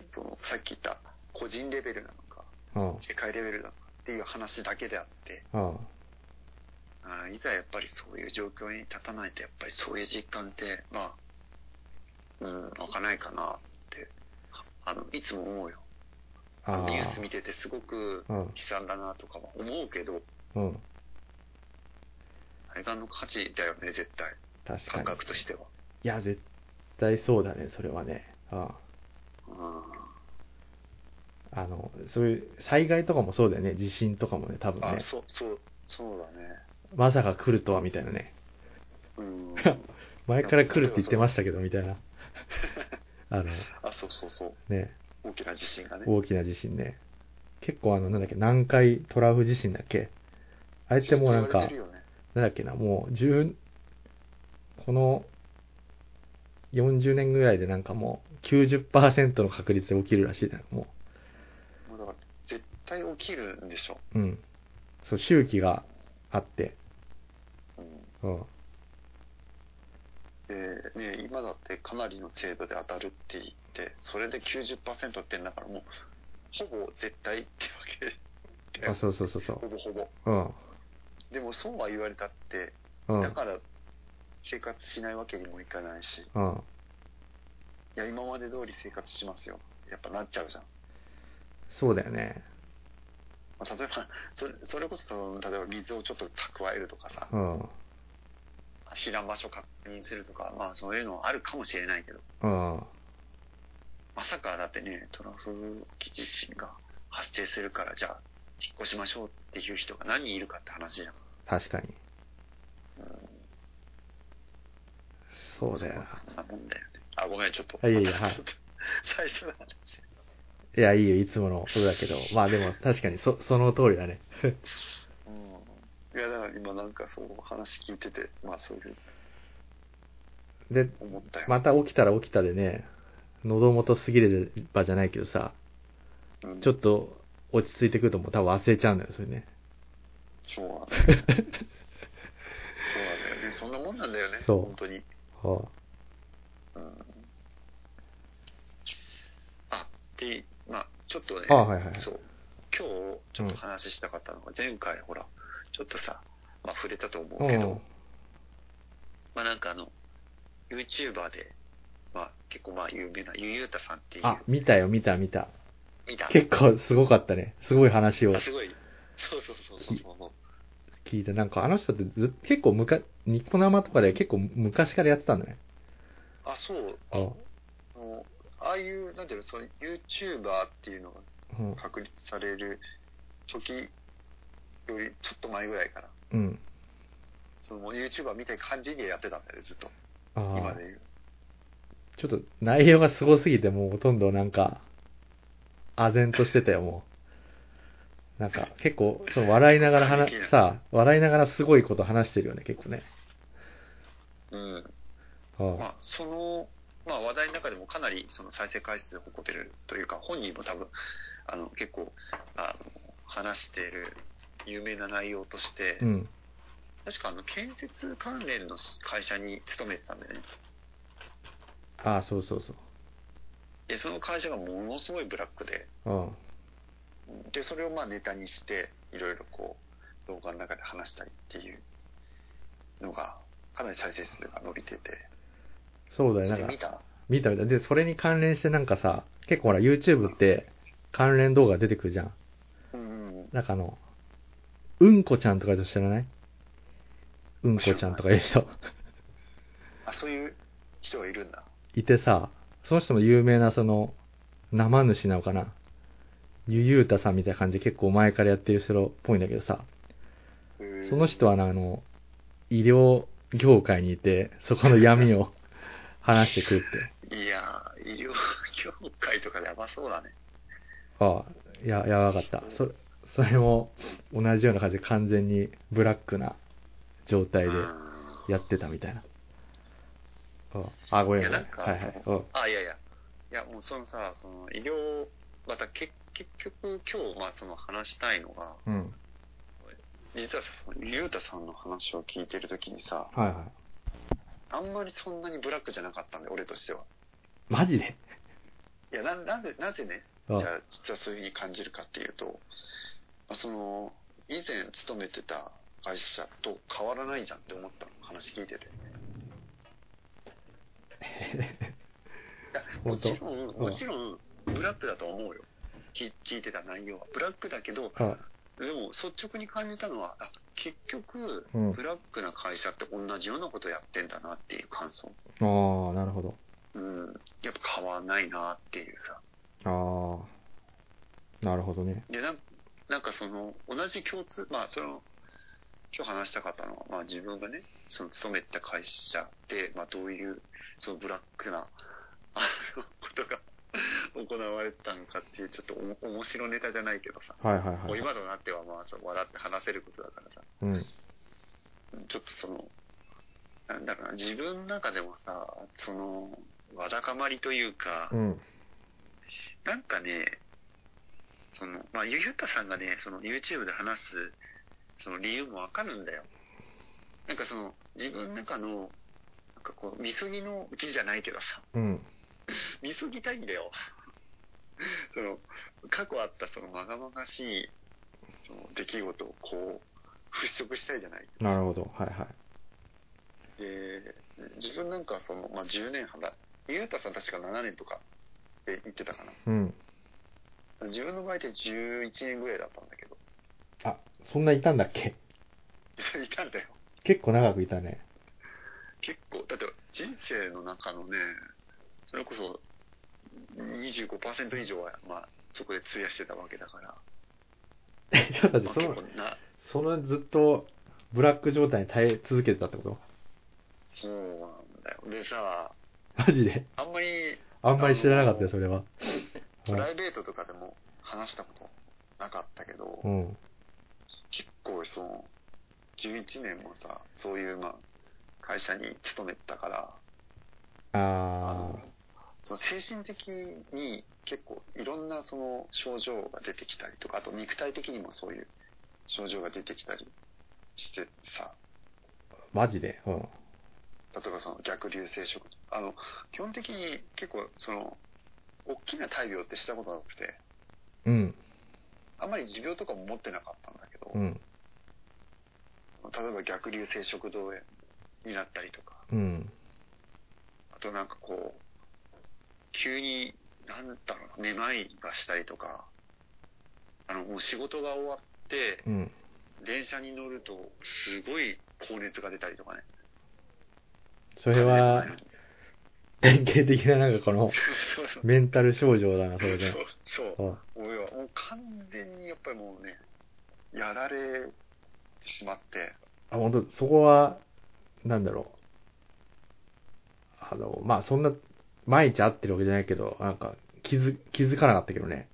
Speaker 2: その、さっき言った個人レベルなのか、
Speaker 1: うん。
Speaker 2: 世界レベルなのかっていう話だけであって、
Speaker 1: うん。
Speaker 2: あーいざやっぱりそういう状況に立たないと、やっぱりそういう実感って、まあ、うん、湧かないかなって、あの、いつも思うよ。ニ
Speaker 1: ああ。
Speaker 2: ュース見ててすごく
Speaker 1: うん。
Speaker 2: 悲惨だなとかは思うけど、
Speaker 1: うん。
Speaker 2: 映画の価値だよね、絶対。
Speaker 1: 確か
Speaker 2: 感
Speaker 1: に。
Speaker 2: 覚としては。
Speaker 1: いや、絶対そうだね、それはね。うん。
Speaker 2: うん
Speaker 1: あの、そういう災害とかもそうだよね、地震とかもね、多分
Speaker 2: あ、
Speaker 1: ね。
Speaker 2: そう、そう、そうだね。
Speaker 1: まさか来るとはみたいなね。
Speaker 2: うん。
Speaker 1: 前から来るって言ってましたけど、みたいな。 あの、
Speaker 2: あ、そうそうそう。
Speaker 1: ね、
Speaker 2: 大きな地震がね。
Speaker 1: 大きな地震ね。結構あの、なんだっけ、南海トラフ地震だっけ。あれってもうなん
Speaker 2: ず
Speaker 1: か
Speaker 2: っと、言われてるよね
Speaker 1: なんだっけな、もう10、この40年ぐらいでなんかもう90%の確率で起きるらしいな、も
Speaker 2: もうだから絶対起きるんでしょ。
Speaker 1: う。うん。そう、周期があって。
Speaker 2: うん。
Speaker 1: うん。
Speaker 2: で、ね、今だってかなりの精度で当たるって言って、それで90%ってんだからもう、ほぼ絶対ってわけ。
Speaker 1: あ、そうそうそうそ
Speaker 2: ほぼほぼ。
Speaker 1: う。うん。
Speaker 2: でもそうは言われたって、
Speaker 1: うん。
Speaker 2: だから生活しないわけにもいかないし、
Speaker 1: うん。
Speaker 2: いや、今まで通り生活しますよ。やっぱなっちゃうじゃん。
Speaker 1: そうだよね。
Speaker 2: まあ、例えば それそれこそその例えば水をちょっと蓄えるとかさ
Speaker 1: うん。
Speaker 2: 避難場所確認するとか、まあ、そういうのはあるかもしれないけど
Speaker 1: うん。
Speaker 2: まさかだってねトラフ基地震が発生するからじゃあ引っ越しましょうっていう人が何人いるかって話じゃん
Speaker 1: 確かに。そうだよな。
Speaker 2: そんなもんだよねあごめ んちょっと
Speaker 1: あいやいやはい
Speaker 2: 最初の話
Speaker 1: いや、いいよ、いつものことだけど。まあでも、確かに、そ、その通りだね。
Speaker 2: うんいやだから今なんかそう話聞いててまあそういう
Speaker 1: で、
Speaker 2: 思ったよ、
Speaker 1: また起きたら起きたでね、喉元過ぎればじゃないけどさ、
Speaker 2: うん
Speaker 1: ちょっと落ち着いてくるともう多分忘れちゃうんだよ、それね。
Speaker 2: そうなんだよ ねそうなんだよねそんなもんなんだよね
Speaker 1: そう
Speaker 2: 本当に
Speaker 1: は
Speaker 2: うんあ、で、まあ、ちょっとね、
Speaker 1: あ、あはいはい。
Speaker 2: そう、今日ちょっと話したかったのが、前回ほら、ちょっとさ、まあ触れたと思う
Speaker 1: う
Speaker 2: け
Speaker 1: ん
Speaker 2: ど、。まあなんかあの、YouTuber で、まあ結構まあ有名な、ゆゆうたさんっていう、
Speaker 1: あ、見たよ、見た、見た。
Speaker 2: 見た
Speaker 1: 結構すごかったね。すごい話を
Speaker 2: あすごい、そうそうそうそうそうそう、
Speaker 1: 聞いて、なんかあの人ってず結構むか、ニコ生とかで結構昔からやってたんだね。
Speaker 2: あ、そう、あ
Speaker 1: あ
Speaker 2: の、ああいう、なんていうの、その YouTuber っていうのが
Speaker 1: うん。
Speaker 2: 確立される時よりちょっと前ぐらいかな。
Speaker 1: うん。
Speaker 2: そのもう YouTuber みたいな感じでやってたんだよね、ずっと。
Speaker 1: ああ。
Speaker 2: 今で言う。
Speaker 1: ちょっと内容がすごすぎて、もうほとんどなんか、唖然としてたよ、もう。なんか、結構、その笑いながら話
Speaker 2: 過激な、
Speaker 1: さ、笑いながらすごいこと話してるよね、結構ね。
Speaker 2: うん。
Speaker 1: うん
Speaker 2: まあ、その、まあ話題の中でもかなりその再生回数を誇ってるというか、本人も多分、あの、結構、あの、話している有名な内容として、
Speaker 1: うん。
Speaker 2: 確かあの、建設関連の会社に勤めてたんだよね。
Speaker 1: ああ、そうそうそう。
Speaker 2: でその会社がものすごいブラックで
Speaker 1: うん。
Speaker 2: うんでそれをまあネタにしていろいろこう動画の中で話したりっていうのがかなり再生数が伸びてて
Speaker 1: そうだ
Speaker 2: そ
Speaker 1: よ、
Speaker 2: れ
Speaker 1: なん
Speaker 2: 見
Speaker 1: か、
Speaker 2: た
Speaker 1: 見た見た。で、それに関連してなんかさ、結構ほら、YouTube って関連動画出てくるじゃん。
Speaker 2: うんうんうん
Speaker 1: なんかあの、うんこちゃんとかと知らないうんこちゃんとかいう人
Speaker 2: あそういう人がいるんだ
Speaker 1: いてさ、その人も有名なその、生主なのかなゆゆうたさんみたいな感じで結構前からやってる人っぽいんだけどさ、その人
Speaker 2: は
Speaker 1: はなあの、医療業界にいて、そこの闇を 話してくるって。
Speaker 2: いやー医療 業界とかやばそうだね
Speaker 1: ああ、いや、やばかった。そ、それも同じような感じで完全にブラックな状態で
Speaker 2: うん
Speaker 1: やってたみたいな。ああ、ごめんごめん。
Speaker 2: いやなんか
Speaker 1: はいはい。うん
Speaker 2: あ、いやいや。いや、もうそのさ、その医療、また結結局今日、まあその話したいのが、
Speaker 1: うん。
Speaker 2: 実はさ、その、ゆうたさんの話を聞いてるときにさ、
Speaker 1: はいはい。
Speaker 2: あんまりそんなにブラックじゃなかったんで、俺としては。
Speaker 1: マジで
Speaker 2: いや、な、なぜ、なぜね、
Speaker 1: うん
Speaker 2: じゃあ実はそういうふうに感じるかっていうと、まあ、その、以前勤めてた会社と変わらないじゃんって思ったの、話聞いてて。いや もちろん、もちろん、ブラックだと思うよ。聞聞いてた内容は。ブラックだけど、
Speaker 1: あ
Speaker 2: でも率直に感じたのは、あ結局、
Speaker 1: うん。
Speaker 2: ブラックな会社って同じようなことやってんだなっていう感想。
Speaker 1: ああ、なるほど。
Speaker 2: うん。やっぱ変わんないなっていうさ。
Speaker 1: ああ、なるほどね。
Speaker 2: で、なんなんかその、同じ共通、まあその、今日話したかったのは、まあ自分がね、その勤めてた会社で、まあどういう、そのブラックな、あの、ことが行われてたのかっていう、ちょっとおも面白ネタじゃないけどさ、
Speaker 1: はいはい
Speaker 2: も
Speaker 1: は
Speaker 2: う
Speaker 1: い。
Speaker 2: 今となってはまあそう笑って話せることだからさ、
Speaker 1: うん。
Speaker 2: ちょっとその、なんだろうな、自分の中でもさ、その、わだかまりというか
Speaker 1: う、ん。
Speaker 2: なんかね、その、まあ、ゆゆたさんがね、その YouTube で話す、その理由もわかるんだよ。なんかその、自分の中の、なんかこう、みそぎのうちじゃないけどさ、
Speaker 1: うん。
Speaker 2: みそぎたいんだよ。その、過去あったその、まがまがしい、その、出来事をこう、払拭したいじゃない。
Speaker 1: なるほど。はいはい。
Speaker 2: で、自分なんかその、まあ、10年半だ。ゆうたさん確か7年とかって言ってたかな。
Speaker 1: うん。
Speaker 2: 自分の場合って11年ぐらいだったんだけど。
Speaker 1: あ、そんないたんだっけ
Speaker 2: いたんだよ。
Speaker 1: 結構長くいたね。
Speaker 2: 結構、だって人生の中のね、それこそ25%以上は、まあ、そこで費やしてたわけだから、
Speaker 1: ちょっと待
Speaker 2: まあ、
Speaker 1: って、
Speaker 2: 結
Speaker 1: その
Speaker 2: 構、な、
Speaker 1: そのずっとブラック状態に耐え続けてたってこと
Speaker 2: そうなんだよ。でさ、
Speaker 1: マジで
Speaker 2: あんまり
Speaker 1: あんまり知らなかったよ、それは。
Speaker 2: プライベートとかでも話したことなかったけど、
Speaker 1: うん。
Speaker 2: 結構その11年もさそういうまあ会社に勤めてたからあ
Speaker 1: あ
Speaker 2: のその精神的に結構いろんなその症状が出てきたりとかあと肉体的にもそういう症状が出てきたりしてさ
Speaker 1: あ、マジでうん。
Speaker 2: 例えばその逆流性食あの基本的に結構その大きな大病ってしたことなくて
Speaker 1: うん。
Speaker 2: あんまり持病とかも持ってなかったんだけど、
Speaker 1: うん。
Speaker 2: 例えば逆流性食道炎になったりとか
Speaker 1: うん。
Speaker 2: あとなんかこう、急に、なんだろうな、めまいがしたりとか、あの、もう仕事が終わって、
Speaker 1: うん。
Speaker 2: 電車に乗ると、すごい高熱が出たりとかね。
Speaker 1: それ は
Speaker 2: 風邪、
Speaker 1: 典型的ななんかこの、
Speaker 2: じゃないのにそうそう
Speaker 1: メンタル症状だな、それね。
Speaker 2: そう。
Speaker 1: うん
Speaker 2: そう。俺はもう完全にやっぱりもうね、やられてしまって、
Speaker 1: あ、本当そこは、なんだろう。あの、まあ、そんな、毎日会ってるわけじゃないけど、なんか、気づ、気づかなかったけどね。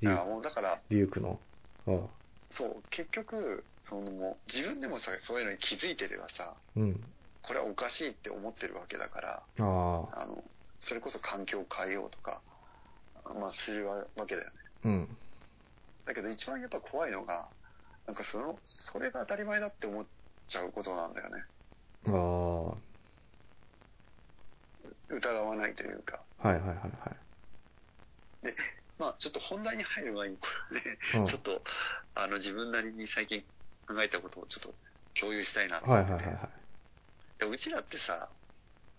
Speaker 1: リュ
Speaker 2: あもうだから、
Speaker 1: リュウクの。うん。
Speaker 2: そう、結局、そのもう、自分でもさ、そういうのに気づいてればさ、
Speaker 1: うん。
Speaker 2: これはおかしいって思ってるわけだから、
Speaker 1: ああ。
Speaker 2: あの、それこそ環境を変えようとか、まあ、するわけだよね。
Speaker 1: うん。
Speaker 2: だけど一番やっぱ怖いのが、なんかその、それが当たり前だって思っちゃうことなんだよね。
Speaker 1: ああ。は
Speaker 2: 疑わないというか。
Speaker 1: いはいはいはい。
Speaker 2: まあ、ちょっと本題に入る前に、これね、
Speaker 1: うん
Speaker 2: ちょっと、あの、自分なりに最近考えたことをちょっと共有したいなと思
Speaker 1: はい
Speaker 2: っ
Speaker 1: はい
Speaker 2: て。
Speaker 1: はいはい。
Speaker 2: でうちらってさ、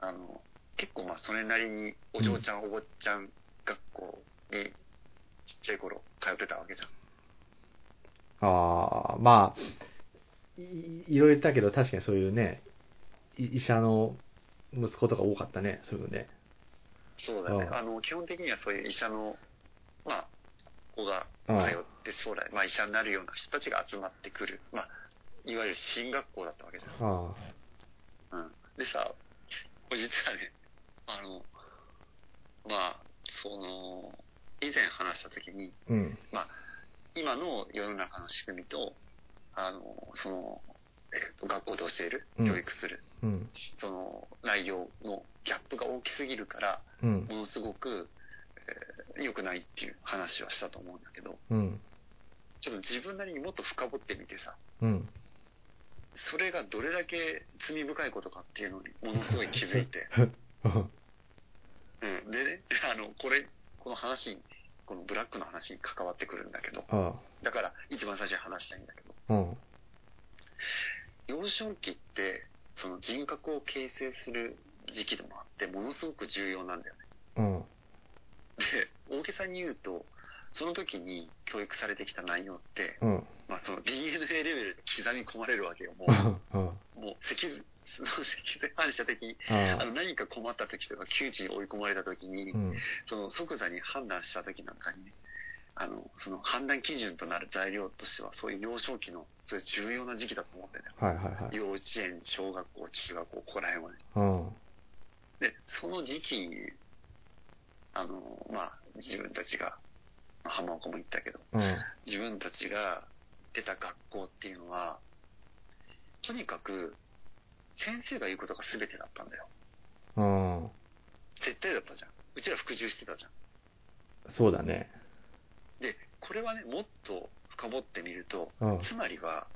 Speaker 2: あの、結構まあ、それなりに、お嬢ちゃん、お坊ちゃん学校に、ちっちゃい頃、通ってたわけじゃ
Speaker 1: あ
Speaker 2: ん。
Speaker 1: あ、まあ、いいろいろ言ったけど、確かにそういうね、い医者の息子とか多かったね、そういうのね。
Speaker 2: そうだよね。
Speaker 1: うん
Speaker 2: あの、基本的にはそういう医者の、まあ、子が
Speaker 1: うん。
Speaker 2: 通って将来、まあ医者になるような人たちが集まってくる、まあ、いわゆる進学校だったわけじゃん。
Speaker 1: あ
Speaker 2: うんでさ、これ実はね、あの、まあ、その、以前話した時に、
Speaker 1: ーうん。
Speaker 2: 今の世の中の仕組みと、あの、その、えっと学校で教える、
Speaker 1: うん
Speaker 2: 教育する、
Speaker 1: うん。
Speaker 2: その内容のギャップが大きすぎるから、
Speaker 1: うん。
Speaker 2: ものすごく、えー良くないっていう話はしたと思うんだけど、
Speaker 1: うん。
Speaker 2: ちょっと自分なりにもっと深掘ってみてさ、
Speaker 1: うん。
Speaker 2: それがどれだけ罪深いことかっていうのにものすごい気づ いて、うん、でね、 あの、これ、この話に、このブラックの話に関わってくるんだけど、
Speaker 1: あ
Speaker 2: だから一番最初に話したいんだけど、
Speaker 1: あ。うん。
Speaker 2: 幼少期って、その人格を形成する時期でもあって、ものすごく重要なんだよね。
Speaker 1: うん。
Speaker 2: で、大げさに言うと、その時に教育されてきた内容って、
Speaker 1: うん。
Speaker 2: まあその DNA レベルで刻み込まれるわけよ。も
Speaker 1: うん。うん。
Speaker 2: う、もう脊髄、その脊髄反射的に、あの何か困った時とか窮地に追い込まれた時に、
Speaker 1: うん。
Speaker 2: その即座に判断した時なんかにね、あの、その判断基準となる材料としては、そういう幼少期の、そういう重要な時期だと思ってんだよ。
Speaker 1: はいはいはい。
Speaker 2: 幼稚園、小学校、中学校、ここら辺はね。
Speaker 1: うん。
Speaker 2: で、その時期に、あの、まあ、自分たちが、まあ浜岡も言ったけど、
Speaker 1: うん。
Speaker 2: 自分たちが出た学校っていうのは、とにかく、先生が言うことが全てだったんだよ。
Speaker 1: うん。
Speaker 2: 絶対だったじゃん。うちら服従してたじゃん。
Speaker 1: そうだね。
Speaker 2: で、これはね、もっと深掘ってみると、
Speaker 1: うん。
Speaker 2: つまりは、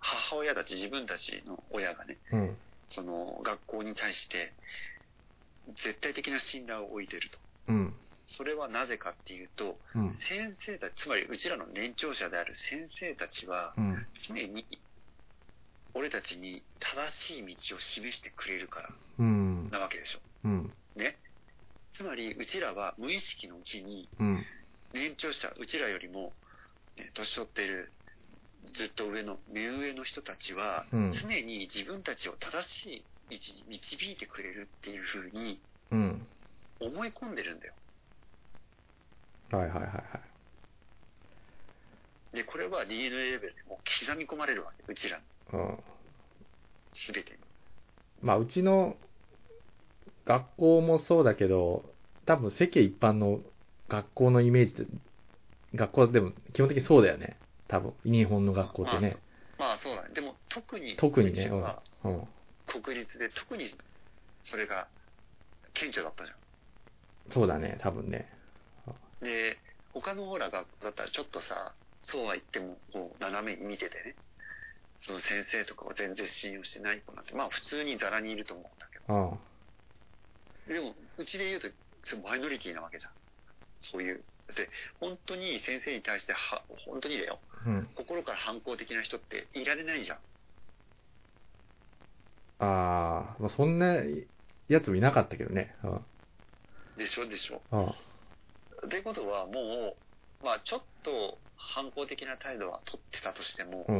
Speaker 2: 母親たち、自分たちの親がね、
Speaker 1: うん。
Speaker 2: その学校に対して、絶対的な信頼を置いてると。
Speaker 1: うん。
Speaker 2: それはなぜかっていうと、
Speaker 1: うん。
Speaker 2: 先生たち、つまりうちらの年長者である先生たちは、
Speaker 1: うん。
Speaker 2: 常に、俺たちに正しい道を示してくれるから
Speaker 1: うん。
Speaker 2: なわけでしょ。
Speaker 1: うん。
Speaker 2: つまり、うちらは無意識のうちに、
Speaker 1: うん。
Speaker 2: 年長者、うちらよりも、ね、年取っている、ずっと上の、目上の人たちは、
Speaker 1: うん。
Speaker 2: 常に自分たちを正しい道に導いてくれるっていう風に
Speaker 1: うん。
Speaker 2: 思い込んでるんだよ。
Speaker 1: はいはいはいはい。
Speaker 2: で、これは DNA レベルでもう刻み込まれるわけ。うちらの
Speaker 1: うん。
Speaker 2: 全てに。
Speaker 1: まあ、うちの学校もそうだけど、多分世間一般の学校のイメージって、学校でも基本的にそうだよね。多分、日本の学校ってね。
Speaker 2: まあそうだね。でも特に、
Speaker 1: 特にね
Speaker 2: うちは
Speaker 1: うん。
Speaker 2: 国立で特にそれが顕著だったじゃ
Speaker 1: そうだね、多分ね。
Speaker 2: ん。で、他のほら学校だったらちょっとさ、そうは言ってもこう斜めに見ててね、その先生とかを全然信用してない子なんて、まあ普通にザラにいると思うんだけ
Speaker 1: うん。
Speaker 2: ど。でも、うちで言うと、それマイノリティなわけじゃん。そういう。だって、本当に先生に対しては、本当にだよ。
Speaker 1: うん。
Speaker 2: 心から反抗的な人っていられないじゃん。
Speaker 1: ああ、まあ、そんなやつもいなかったけどね。うん。
Speaker 2: でしょでしょ。
Speaker 1: うん。
Speaker 2: ということは、もう、まあちょっと反抗的な態度は取ってたとしても、
Speaker 1: うん。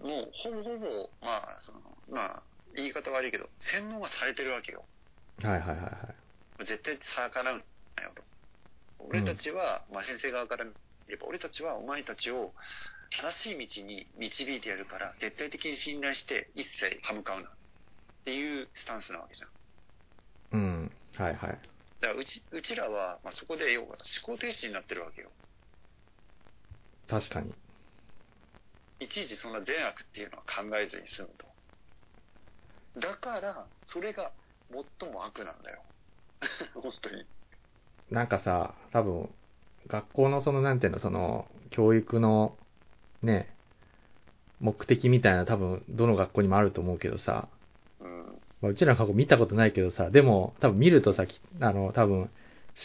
Speaker 2: もうほぼほぼ、まあ、その、まあ、言い方悪いけど、洗脳がされてるわけよ。
Speaker 1: はいはいはいはい。
Speaker 2: 絶対逆らうなよと。俺たちは、まあ先生側から見れば、俺たちはお前たちを正しい道に導いてやるから、絶対的に信頼して一切歯向かうな。っていうスタンスなわけじゃん。
Speaker 1: うん。はいはい。
Speaker 2: だからうち、うちらは、まあそこで要は思考停止になってるわけよ。
Speaker 1: 確かに。
Speaker 2: いちいちそんな善悪っていうのは考えずに済むと。だから、それが最も悪なんだよ。 本当に。
Speaker 1: なんかさ、多分、学校のその、なんていうの、その、教育の、ね、目的みたいな多分、どの学校にもあると思うけどさ、
Speaker 2: うん。
Speaker 1: まあ、うちらの学校見たことないけどさ、でも、多分見るとさ、きあの、多分、思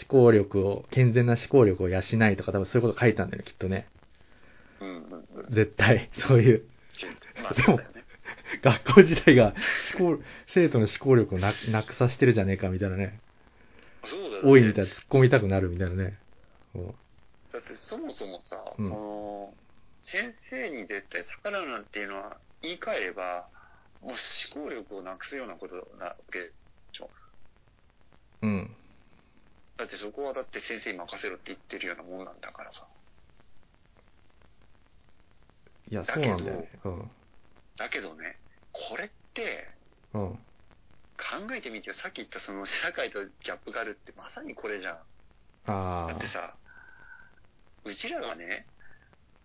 Speaker 1: 考力を、健全な思考力を養いとか、多分そういうこと書いたんだよね、きっとね。
Speaker 2: うんうんうん。
Speaker 1: 絶対、そういう、
Speaker 2: まあ、そうだよね。
Speaker 1: 学校自体が思考、生徒の思考力をななくさしてるじゃねえか、みたいなね。
Speaker 2: そうだよね。
Speaker 1: 多いみたいな、突っ込みたくなるみたいなね。うん
Speaker 2: だってそもそもさ、
Speaker 1: うん
Speaker 2: その先生に絶対逆らうなんていうのは言い換えればもう思考力をなくすようなことなわけ
Speaker 1: うん。
Speaker 2: だってそこはだって先生に任せろって言ってるようなもんなんだからさ
Speaker 1: いや、そうなんだよね。うん。
Speaker 2: だけどねこれって
Speaker 1: うん。
Speaker 2: 考えてみてよさっき言ったその社会とギャップがあるってまさにこれじゃん
Speaker 1: あ
Speaker 2: だって
Speaker 1: あ。
Speaker 2: さうちらがね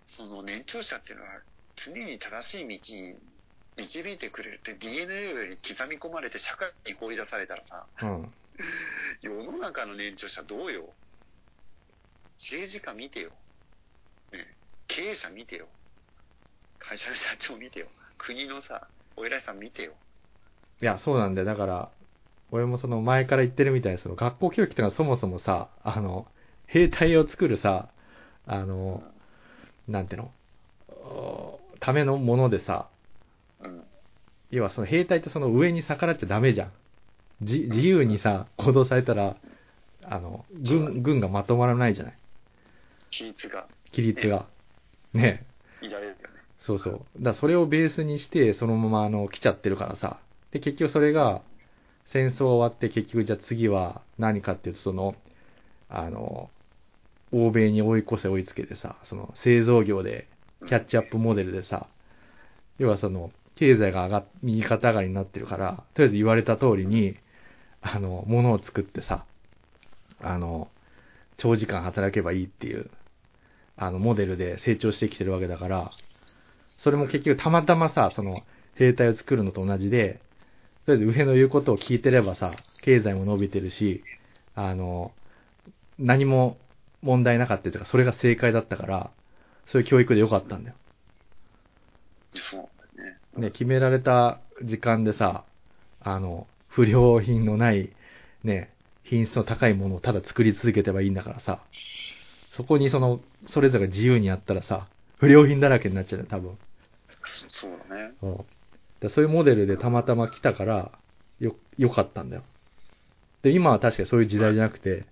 Speaker 2: その年長者っていうのは常に正しい道に導いてくれるって DNA より刻み込まれて社会に放り出されたらさ
Speaker 1: うん。
Speaker 2: 世の中の年長者どうよ政治家見てよ、ね、経営者見てよ会社の社長見てよ国のさお偉いさん見てよ
Speaker 1: いや、そうなんだよ。だから、俺もその前から言ってるみたいに、その学校教育ってのはそもそもさ、あの、兵隊を作るさ、あの、なんていうのおためのものでさ、
Speaker 2: うん
Speaker 1: 要はその兵隊ってその上に逆らっちゃダメじゃん。じ自由にさ、行動されたら、あの、軍、軍がまとまらないじゃない。
Speaker 2: 規律が
Speaker 1: 規律が。ね
Speaker 2: いられるよね
Speaker 1: そうそう。だからそれをベースにして、そのままあの来ちゃってるからさ。で、結局それが、戦争終わって結局じゃあ次は何かっていうと、その、あの、欧米に追い越せ追いつけてさ、その製造業でキャッチアップモデルでさ、要はその、経済が上がっ、右肩上がりになってるから、とりあえず言われた通りに、あの、物を作ってさ、あの、長時間働けばいいっていう、あの、モデルで成長してきてるわけだから、それも結局たまたまさ、その、兵隊を作るのと同じで、とりあえず上の言うことを聞いてればさ、経済も伸びてるし、あの、何も問題なかったというか、それが正解だったから、そういう教育でよかったんだよ。
Speaker 2: そうだね
Speaker 1: ね、決められた時間でさ、あの、不良品のない、ね、品質の高いものをただ作り続けてばいいんだからさ、そこにその、それぞれが自由にやったらさ、不良品だらけになっちゃうよ、多分。
Speaker 2: そうだね
Speaker 1: うん。だからそういうモデルでたまたま来たから、よ、良かったんだよ。で、今は確かにそういう時代じゃなくて、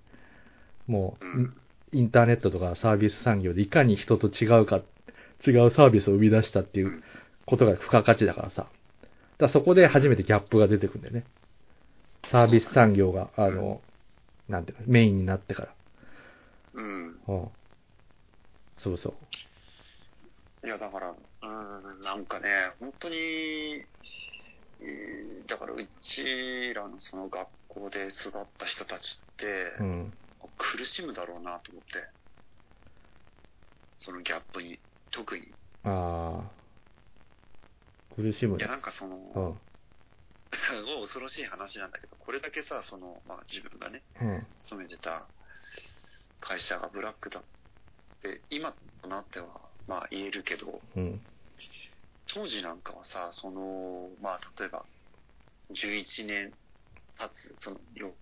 Speaker 1: も
Speaker 2: う
Speaker 1: う、
Speaker 2: ん
Speaker 1: インターネットとかサービス産業でいかに人と違うか、違うサービスを生み出したっていうことが付加価値だからさ。だからそこで初めてギャップが出てくるんだよね。サービス産業が、あの、なんていうの、メインになってから。
Speaker 2: うん
Speaker 1: うん。そうそう。
Speaker 2: いや、だから、うん、なんかね、本当に、えーだからうちらのその学校で育った人たちって、
Speaker 1: うん。
Speaker 2: 苦しむだろうなと思って、そのギャップに、特に。い
Speaker 1: ああ。苦しむね
Speaker 2: や、。なんかその、
Speaker 1: うん。
Speaker 2: すごい 恐ろしい話なんだけど、これだけさ、その、まあ自分がね、
Speaker 1: うん。
Speaker 2: 勤めてた会社がブラックだって、今となっては、まあ言えるけど、
Speaker 1: うん。
Speaker 2: 当時なんかはさ、その、まあ、例えば、11年経つ、その、よ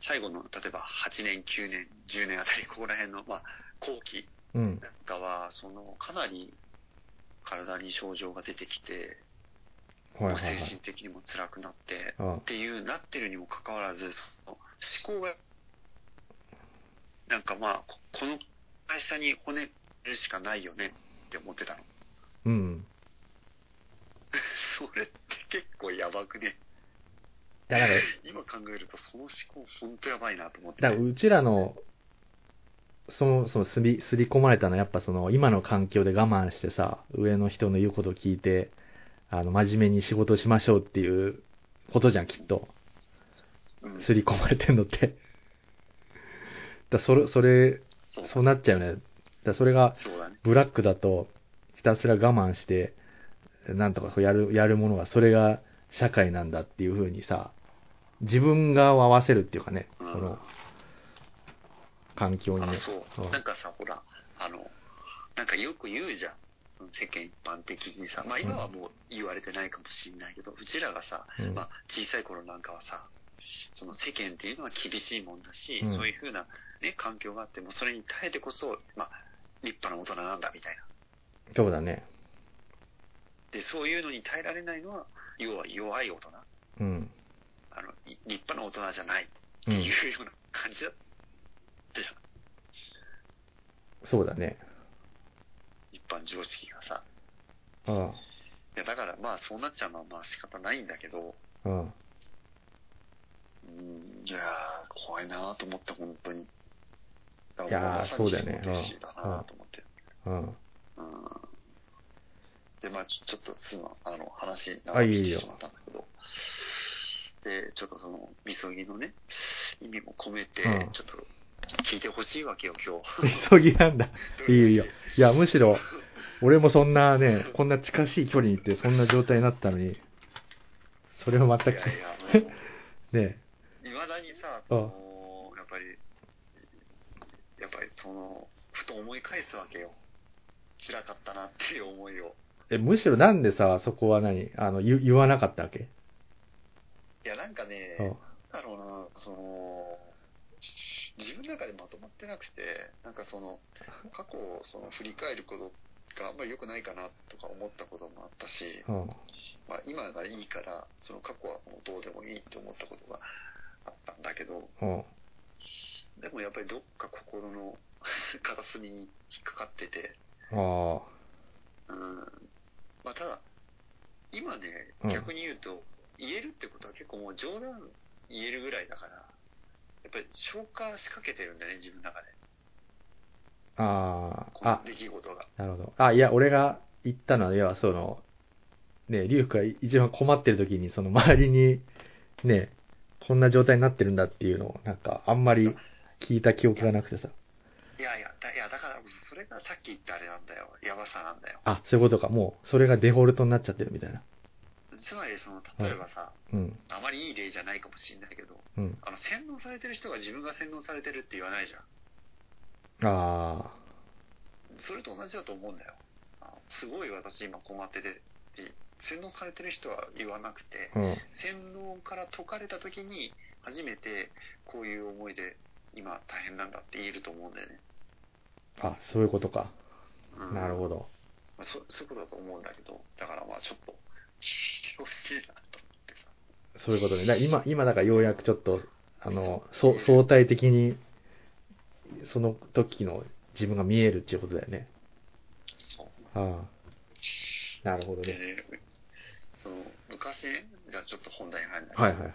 Speaker 2: 最後の、例えば8年、9年、10年あたり、ここら辺の、まあ、後期
Speaker 1: うん。
Speaker 2: なんかは、その、かなり体に症状が出てきて、
Speaker 1: はいはいは
Speaker 2: もう精神
Speaker 1: い。
Speaker 2: 的にも辛くなって、っ
Speaker 1: あ
Speaker 2: ていう、なってるにもかかわらず、その、思考が、なんかまあ、ここの会社に骨入れるしかないよねって思ってたの。
Speaker 1: うん。
Speaker 2: それって結構やばくね。
Speaker 1: いや、だから、
Speaker 2: 今考えるとその思考本当やばいなと思って
Speaker 1: だからうちらの、そもそもすり、すり込まれたのはやっぱその、今の環境で我慢してさ、上の人の言うことを聞いて、あの、真面目に仕事しましょうっていうことじゃん、きっと。
Speaker 2: うん
Speaker 1: すり込まれてんのって。だからそれ、それ、
Speaker 2: そう
Speaker 1: そうなっちゃうよね。だからそれが、
Speaker 2: そうだね
Speaker 1: ブラックだと、ひたすら我慢して、なんとかこうやる、やるものが、それが社会なんだっていう風にさ、自分側を合わせるっていうかね、
Speaker 2: う
Speaker 1: こ
Speaker 2: ん
Speaker 1: の、環境に
Speaker 2: あ
Speaker 1: ね。
Speaker 2: そう、
Speaker 1: うん
Speaker 2: なんかさほらあのなんかよく言うじゃんその世間一般的にさまあ今はもう言われてないかもしれないけど、うちらがさ、
Speaker 1: うん
Speaker 2: まあ、小さい頃なんかはさその世間っていうのは厳しいもんだし、
Speaker 1: うん
Speaker 2: そういうふうな、ね、環境があっても、それに耐えてこそ、まあ、立派な大人なんだみたいな。
Speaker 1: そうだね。
Speaker 2: で、そういうのに耐えられないのは、要は弱い大人。
Speaker 1: うん。
Speaker 2: あの、い立派な大人じゃないっ
Speaker 1: う
Speaker 2: て
Speaker 1: ん
Speaker 2: いう。ような感じだ。で
Speaker 1: そうだね。
Speaker 2: 一般常識がさ。
Speaker 1: うん。
Speaker 2: いや、だからまあそうなっちゃうのはまあ仕方ないんだけど、
Speaker 1: うん。
Speaker 2: うん、いやー、怖いなと思って、本当に。だ
Speaker 1: いやー
Speaker 2: まさ
Speaker 1: そ
Speaker 2: に
Speaker 1: うだよね
Speaker 2: 自分の弟子だなと思って。
Speaker 1: うん。
Speaker 2: うん。で、まあちょちょっとすまん、あの、話
Speaker 1: あいいよ
Speaker 2: してしまったんだけど、で、ちょっとその、みそぎのね、意味も込めて
Speaker 1: うん、
Speaker 2: ちょっと聞いてほしいわけよ、今日。
Speaker 1: 急ぎなんだ。いいよいいよ。いや、むしろ、俺もそんなね、こんな近しい距離に行って、そんな状態になったのに、それを全
Speaker 2: いや
Speaker 1: く
Speaker 2: い、や、もう
Speaker 1: ね、
Speaker 2: いまだにさ、
Speaker 1: うん
Speaker 2: こうやっぱり、やっぱりその、ふと思い返すわけよ。辛かったなっていう思いを。
Speaker 1: え、むしろなんでさ、そこは何あの、言言わなかったわけ
Speaker 2: いや、なんかね、
Speaker 1: うん。
Speaker 2: なんだろうな、その、自分の中でまとまってなくて、なんかその、過去をその振り返ることがあんまり良くないかなとか思ったこともあったし、
Speaker 1: うん。
Speaker 2: まあ今がいいから、その過去はもうどうでもいいって思ったことがあったんだけど、
Speaker 1: うん。
Speaker 2: でもやっぱりどっか心の片隅に引っかかってて、
Speaker 1: あ
Speaker 2: うん。まあただ、今ね
Speaker 1: う、ん
Speaker 2: 逆に言うと、言えるってことは結構もう冗談言えるぐらいだから、やっぱり消化しかけてるんだね、自分の中で。
Speaker 1: あ。あ
Speaker 2: こ
Speaker 1: あ。あ
Speaker 2: の、出来事が。
Speaker 1: なるほど。あ、いや、俺が言ったのは、要はその、ね、リュウクが一番困ってる時に、その周りに、ね、こんな状態になってるんだっていうのを、なんか、あんまり聞いた記憶がなくてさ。
Speaker 2: いやいや、だいやだから、それがさっき言ったあれなんだよ。やばさなんだよ。
Speaker 1: あ、そういうことか。もう、それがデフォルトになっちゃってるみたいな。
Speaker 2: つまり、その、例えばさ、
Speaker 1: うん、
Speaker 2: あまりいい例じゃないかもしれないけど、
Speaker 1: うん。
Speaker 2: あの、洗脳されてる人が自分が洗脳されてるって言わないじゃん。
Speaker 1: あ
Speaker 2: それと同じだと思うんだよ。あのすごい私今困ってて、って洗脳されてる人は言わなくて、
Speaker 1: あ、うん。
Speaker 2: 洗脳から解かれた時に、初めてこういう思いで今大変なんだって言えると思うんだよね。
Speaker 1: あ、そういうことか。
Speaker 2: うん
Speaker 1: なるほど。
Speaker 2: まあそ。そういうことだと思うんだけど、だからまあちょっと、聞いてほしいなと思ってさ。
Speaker 1: そういうことね。だ今、今だからようやくちょっと、あの、そう相対的に、その時の自分が見えるっていうことだよね。
Speaker 2: そう。
Speaker 1: ああ。なる ほど
Speaker 2: で
Speaker 1: ね。
Speaker 2: ね、その、昔ね、じゃあちょっと本題に入るんだけど、
Speaker 1: はいはいはい。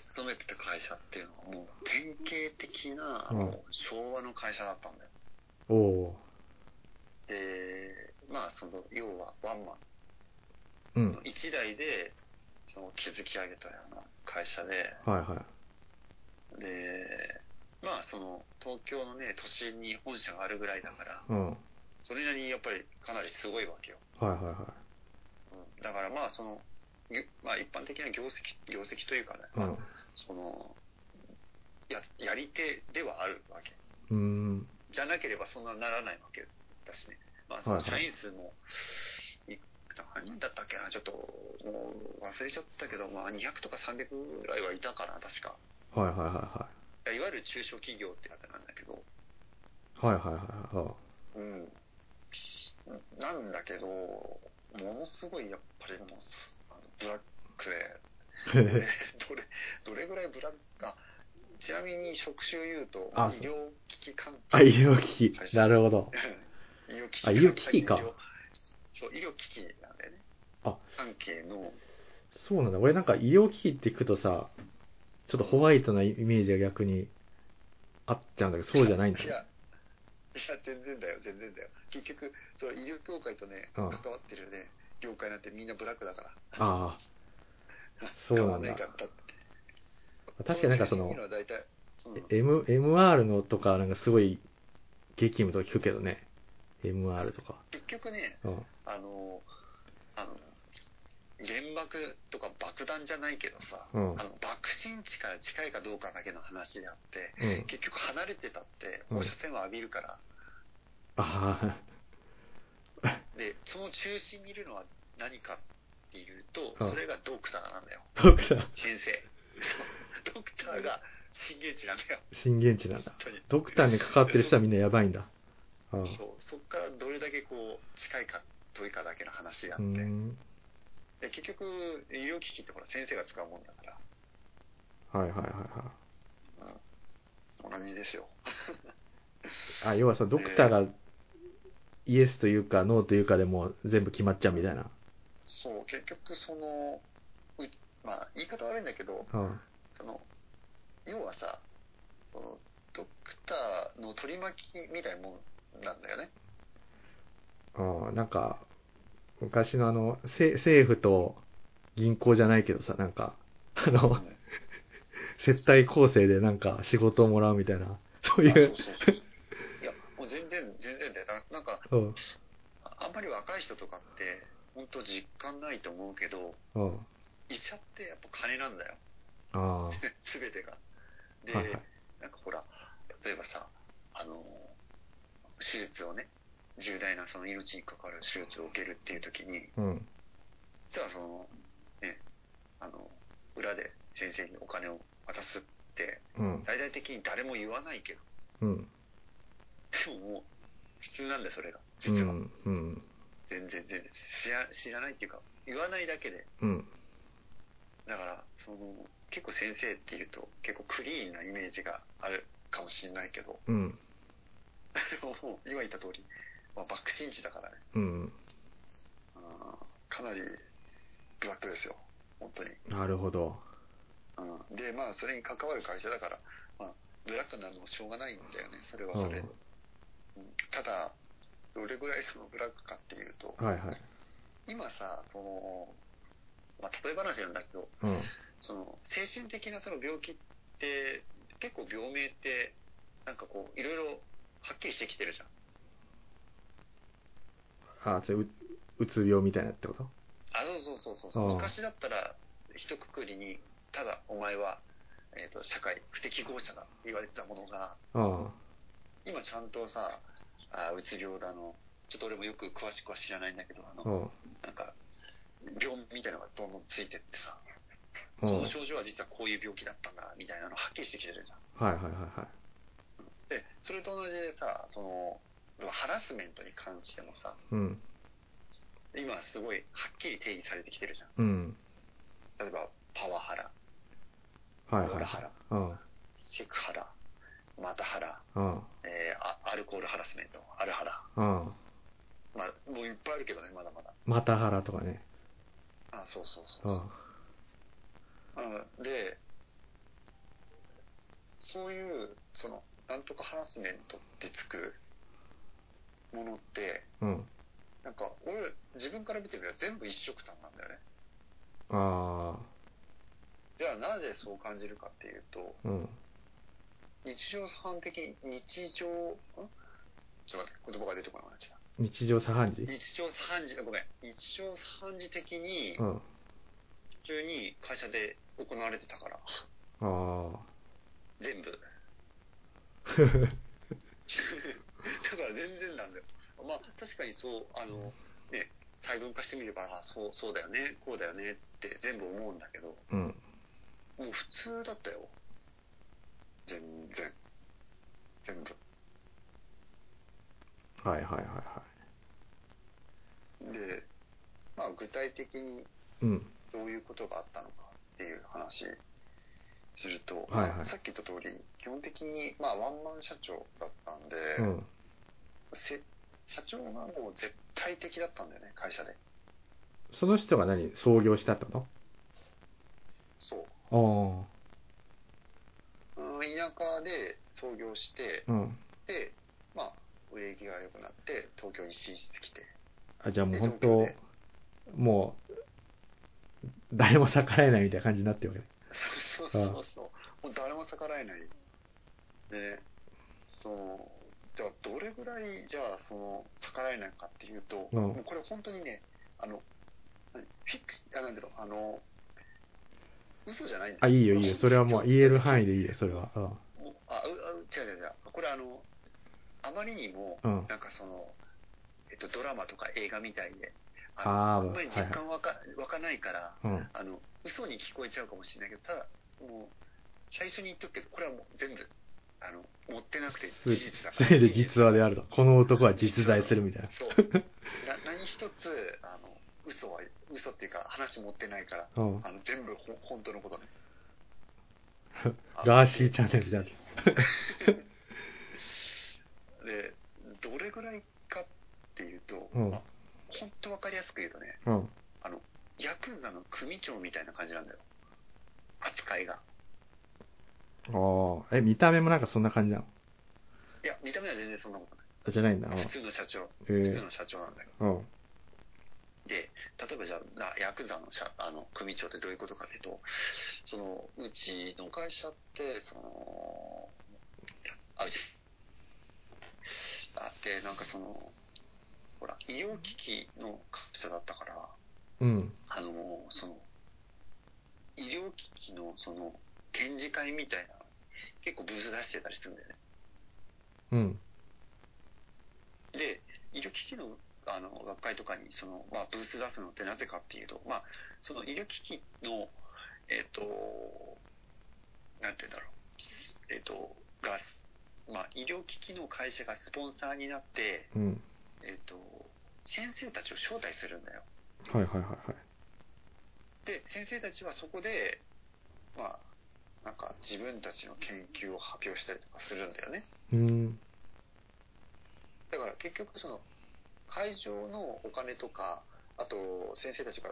Speaker 2: 勤めてた会社っていうのはもう典型的な、あ
Speaker 1: うん
Speaker 2: の昭和の会社だったんだよ。
Speaker 1: おお
Speaker 2: で、まあその、要はワンマ
Speaker 1: ー。う
Speaker 2: ン
Speaker 1: ん
Speaker 2: の。1台で、その築き上げたような会社で、
Speaker 1: はいはい。
Speaker 2: で、まあその、東京のね、都心に本社があるぐらいだから、
Speaker 1: うん。はい
Speaker 2: それなりにやっぱりかなりすごいわけよ。
Speaker 1: はいは
Speaker 2: うんだからまあその、ぎまあ一般的な業績、業績というかね、
Speaker 1: い。うん。
Speaker 2: その、や、やり手ではあるわけ。
Speaker 1: うーん。
Speaker 2: じゃなければそんなならないわけだしね。まあ、
Speaker 1: はいはい
Speaker 2: 社員数も、い何人だったっけな、ちょっと、もう忘れちゃったけど、まあ、200とか300ぐらいはいたかな、確か。
Speaker 1: はいはいはい
Speaker 2: わゆる中小企業って方なんだけど、
Speaker 1: いはい。はいはいはいはい。
Speaker 2: うん。なんだけど、ものすごいやっぱりもう、あのブラックで、
Speaker 1: うん
Speaker 2: どれ、どれぐらいブラック、あ、ちなみに職種言うと、
Speaker 1: あ
Speaker 2: 医療機器関係。
Speaker 1: あ、医療機 器。なるほど。
Speaker 2: 医療機器
Speaker 1: あ医療機器か
Speaker 2: 医療そう、医療機器なんだよね。
Speaker 1: あ
Speaker 2: 関係の、
Speaker 1: そうなんだ。俺なんか医療機器って聞くとさ、ちょっとホワイトなイメージが逆にあっちゃうんだけど、そうじゃないんだ
Speaker 2: い
Speaker 1: ね
Speaker 2: や、い。や、全然だよ、全然だよ。結局、その医療協会とね、
Speaker 1: う
Speaker 2: 関
Speaker 1: ん
Speaker 2: わってるね、業界なんてみんなブラックだから。
Speaker 1: ああ。そうなんだ
Speaker 2: 変わらいから
Speaker 1: 確かになんかその
Speaker 2: そういうのは大体、うん、
Speaker 1: M、MR のとか、なんかすごい激務とか聞くけどね。MR とか。
Speaker 2: 結局ね、
Speaker 1: うん。
Speaker 2: あの、あの、原爆とか爆弾じゃないけどさ、
Speaker 1: うん
Speaker 2: あの爆心地から近いかどうかだけの話であって、
Speaker 1: うん。
Speaker 2: 結局離れてたって
Speaker 1: うん
Speaker 2: 放射線を浴びるから、
Speaker 1: あ
Speaker 2: でその中心にいるのは何かっていうと、
Speaker 1: うん
Speaker 2: それがドクターなんだよ
Speaker 1: あ。ドクター。
Speaker 2: 先生 ドクターが震源地なんだよ、
Speaker 1: 震源地なんだ
Speaker 2: 本。当に。
Speaker 1: ドクターに関わってる人はみんなやばいんだ。ああ。
Speaker 2: そう、そっからどれだけこう、近いか遠いかだけの話であ
Speaker 1: う
Speaker 2: って、
Speaker 1: ーん。
Speaker 2: で結局、医療機器ってほら、先生が使うもんだか
Speaker 1: はいはいはいは
Speaker 2: ら、同じですよ。
Speaker 1: い。あ、要はそのドクターがイエスというかノーというかでもう全部決まっちゃうみたいな。
Speaker 2: そう、結局、その、うまあ、言い方悪いんだけど、
Speaker 1: うん。
Speaker 2: その、要はさ、その、ドクターの取り巻きみたいなもんなんだよ ね。
Speaker 1: ああ、なんか、昔のあの、せ政府と銀行じゃないけどさ、なんか、あ
Speaker 2: う
Speaker 1: の、
Speaker 2: ん
Speaker 1: 接待構成でなんか仕事をもらうみたいな、そうい
Speaker 2: あそうう。そうそう。いや、もう全然、全然だよ。だなんか、
Speaker 1: うん。
Speaker 2: ああんまり若い人とかって、本当実感ないと思うけど、
Speaker 1: うん。
Speaker 2: 医者ってやっぱ金なんだよ。
Speaker 1: ああ。は
Speaker 2: すべてが。で、
Speaker 1: いはい。
Speaker 2: なんかほら、例えばさ、あの、手術をね、重大なその命に関わる手術を受けるっていう時に、
Speaker 1: うん。
Speaker 2: 実はその、ね、あの、裏で先生にお金を渡すって、
Speaker 1: うん。
Speaker 2: 大々的に誰も言わないけど、
Speaker 1: うん。
Speaker 2: でももう、普通なんだよ、それが。
Speaker 1: う
Speaker 2: 実は。
Speaker 1: ん。うん。
Speaker 2: 全然、全然知ら、知らないっていうか、言わないだけで。
Speaker 1: うん。
Speaker 2: だから、その、結構先生っていうと、結構クリーンなイメージがあるかもしれないけど、
Speaker 1: うん。
Speaker 2: も う今言った通り、まあ、爆心地だからね、
Speaker 1: うん。
Speaker 2: うんかなりブラックですよ、本当に。
Speaker 1: なるほど。
Speaker 2: うん、で、まあ、それに関わる会社だから、まあ、ブラックになるのもしょうがないんだよね、それはそれで。
Speaker 1: うん
Speaker 2: うんただ、どれぐらいそのブラックかっていうと、
Speaker 1: はいはい。
Speaker 2: 今さ、その、まあ、例え話なんだけど、
Speaker 1: うん。
Speaker 2: その、精神的なその病気って、結構病名って、なんかこう、いろいろはっきりしてきてるじゃん。
Speaker 1: あ、それう、うつ病みたいなってこと
Speaker 2: あ、そうそうそうそう。
Speaker 1: うん
Speaker 2: 昔だったら、一括りに、ただお前は、えっ、と、社会不適合者だって言われてたものが、
Speaker 1: あ
Speaker 2: 今ちゃんとさ、あうつ病だの、ちょっと俺もよく詳しくは知らないんだけど、あ
Speaker 1: あ。う
Speaker 2: の、
Speaker 1: ん。
Speaker 2: なんか、病みたいなのがどんどんついてってさ、
Speaker 1: う
Speaker 2: こ
Speaker 1: ん。
Speaker 2: の症状は実はこういう病気だったんだ、みたいなのはっきりしてきてるじゃん。
Speaker 1: はいはいはいはい。
Speaker 2: で、それと同じでさ、その、ハラスメントに関してもさ、
Speaker 1: うん。
Speaker 2: 今すごいはっきり定義されてきてるじゃん。
Speaker 1: うん。
Speaker 2: 例えば、パワハラ、
Speaker 1: はいはい
Speaker 2: モラ
Speaker 1: は
Speaker 2: ハ
Speaker 1: い。
Speaker 2: ラ、
Speaker 1: うん。
Speaker 2: セクハラ、マタハラ、
Speaker 1: うん。
Speaker 2: えーあアルコールハラスメント、アルハラ。
Speaker 1: うん。
Speaker 2: まあ、もういっぱいあるけどね、まだまだ。
Speaker 1: またハラとかね。
Speaker 2: あそうそうそう
Speaker 1: う
Speaker 2: そ
Speaker 1: ん。
Speaker 2: う、うんで、そういう、その、なんとかハラスメントってつくものって、
Speaker 1: うん。
Speaker 2: なんか、俺、自分から見てみれば全部一色単なんだよね。
Speaker 1: あ
Speaker 2: じゃあなぜそう感じるかっていうと、
Speaker 1: あ。うん。
Speaker 2: 日常茶飯的、日常、んちょっと待って、言葉が出てこなくなっちゃっ
Speaker 1: 日常茶飯
Speaker 2: た。
Speaker 1: 事
Speaker 2: 日常茶飯事、あごめん、日常茶飯事的に、
Speaker 1: うん。あ
Speaker 2: 普通に会社で行われてたから、
Speaker 1: あ。
Speaker 2: 全 部。だから全然なんだよ。まあ確かにそう、あの、ね、細分化してみれば、あそう、そうだよね、こうだよねって全部思うんだけど、
Speaker 1: うん。
Speaker 2: もう普通だったよ。全然。全部。
Speaker 1: はいはいはいは
Speaker 2: で、まあ具体的に
Speaker 1: い。うん。
Speaker 2: どういうことがあったのかっていう話すると、
Speaker 1: はいはい
Speaker 2: まあさっき言った通り、基本的に、まあワンマン社長だったんで、
Speaker 1: うん。
Speaker 2: せ社長がもう絶対的だったんだよね、会社で。
Speaker 1: その人が何創業したってこ
Speaker 2: そう。
Speaker 1: と
Speaker 2: うん田舎で創業して、
Speaker 1: ああ。うん。
Speaker 2: で、まあ、売れ行きが良くなって、東京に進出来て。
Speaker 1: あ、じゃあもう
Speaker 2: で
Speaker 1: 本
Speaker 2: 東京
Speaker 1: 当
Speaker 2: で、
Speaker 1: もう、誰も逆らえないみたいな感じになってるわけ。
Speaker 2: そうそうそう。もう誰も逆らえない。でね、その、じゃあどれぐらい、じゃあその、逆らえないかっていうと、
Speaker 1: うん
Speaker 2: もうこれ本当にね、あの、何フィクシ、あ、なんだろう、あの、嘘じゃないんだ
Speaker 1: あ、いいよいいよ。それはもう言える範囲
Speaker 2: で。
Speaker 1: でいいよ、それは。うん。
Speaker 2: もうあ、うあう違う違う違う。これあの、あまりにも、
Speaker 1: うん。
Speaker 2: なんかその、えっと、ドラマとか映画みたいで、
Speaker 1: あー
Speaker 2: あんまり実感湧か,、湧かないから、
Speaker 1: うん。
Speaker 2: あの、嘘に聞こえちゃうかもしれないけど、ただ、もう、最初に言っとくけど、これはもう全部、あの、持ってなくて
Speaker 1: すべ
Speaker 2: 事実だか
Speaker 1: す
Speaker 2: ら。
Speaker 1: べて 実話であると。この男は実在するみたいな。
Speaker 2: そう。な何一つ、あの、嘘は、嘘っていうか話持ってないから、
Speaker 1: うん。。
Speaker 2: あの、全部ほ本当のことね
Speaker 1: ガーシーチャンネルだって。
Speaker 2: で、どれぐらいかっていうと、
Speaker 1: うん
Speaker 2: あ本当わかりやすく言うとね、
Speaker 1: うん。
Speaker 2: ヤクザの組長みたいな感じなんだよ。扱いが。
Speaker 1: ああ。え、見た目もなんかそんな感じなの
Speaker 2: いや、見た目は全然そんなこ
Speaker 1: あ
Speaker 2: と
Speaker 1: じゃないんだ。う
Speaker 2: ない。普
Speaker 1: ん
Speaker 2: 通の社長、
Speaker 1: へ
Speaker 2: 普
Speaker 1: え
Speaker 2: 通。の社長なんだよ。
Speaker 1: うん。
Speaker 2: で、例えばじゃあ、なヤクザの社あの組長ってどういうことかというと、その、うちの会社って、その、あ、うち、あって、なんかその、ほら、医療機器の会社だったから、
Speaker 1: うん。
Speaker 2: あの、その、医療機器の、その、展示会みたいな、結構ブース出してたりするんだよね。
Speaker 1: うん。
Speaker 2: で、医療機器の、あの、学会とかに、その、まあ、ブース出すのってなぜかっていうと、まあ、その医療機器の、えっ、と、なんて言うんだろう、えっ、と、が、まあ、医療機器の会社がスポンサーになって、
Speaker 1: うん。
Speaker 2: えっ、と、先生たちを招待するんだよ。
Speaker 1: はいはいはいはい。
Speaker 2: で先生たちはそこでまあなんか自分たちの研究を発表したりとかするんだよね
Speaker 1: うん。
Speaker 2: だから結局その会場のお金とかあと先生たちが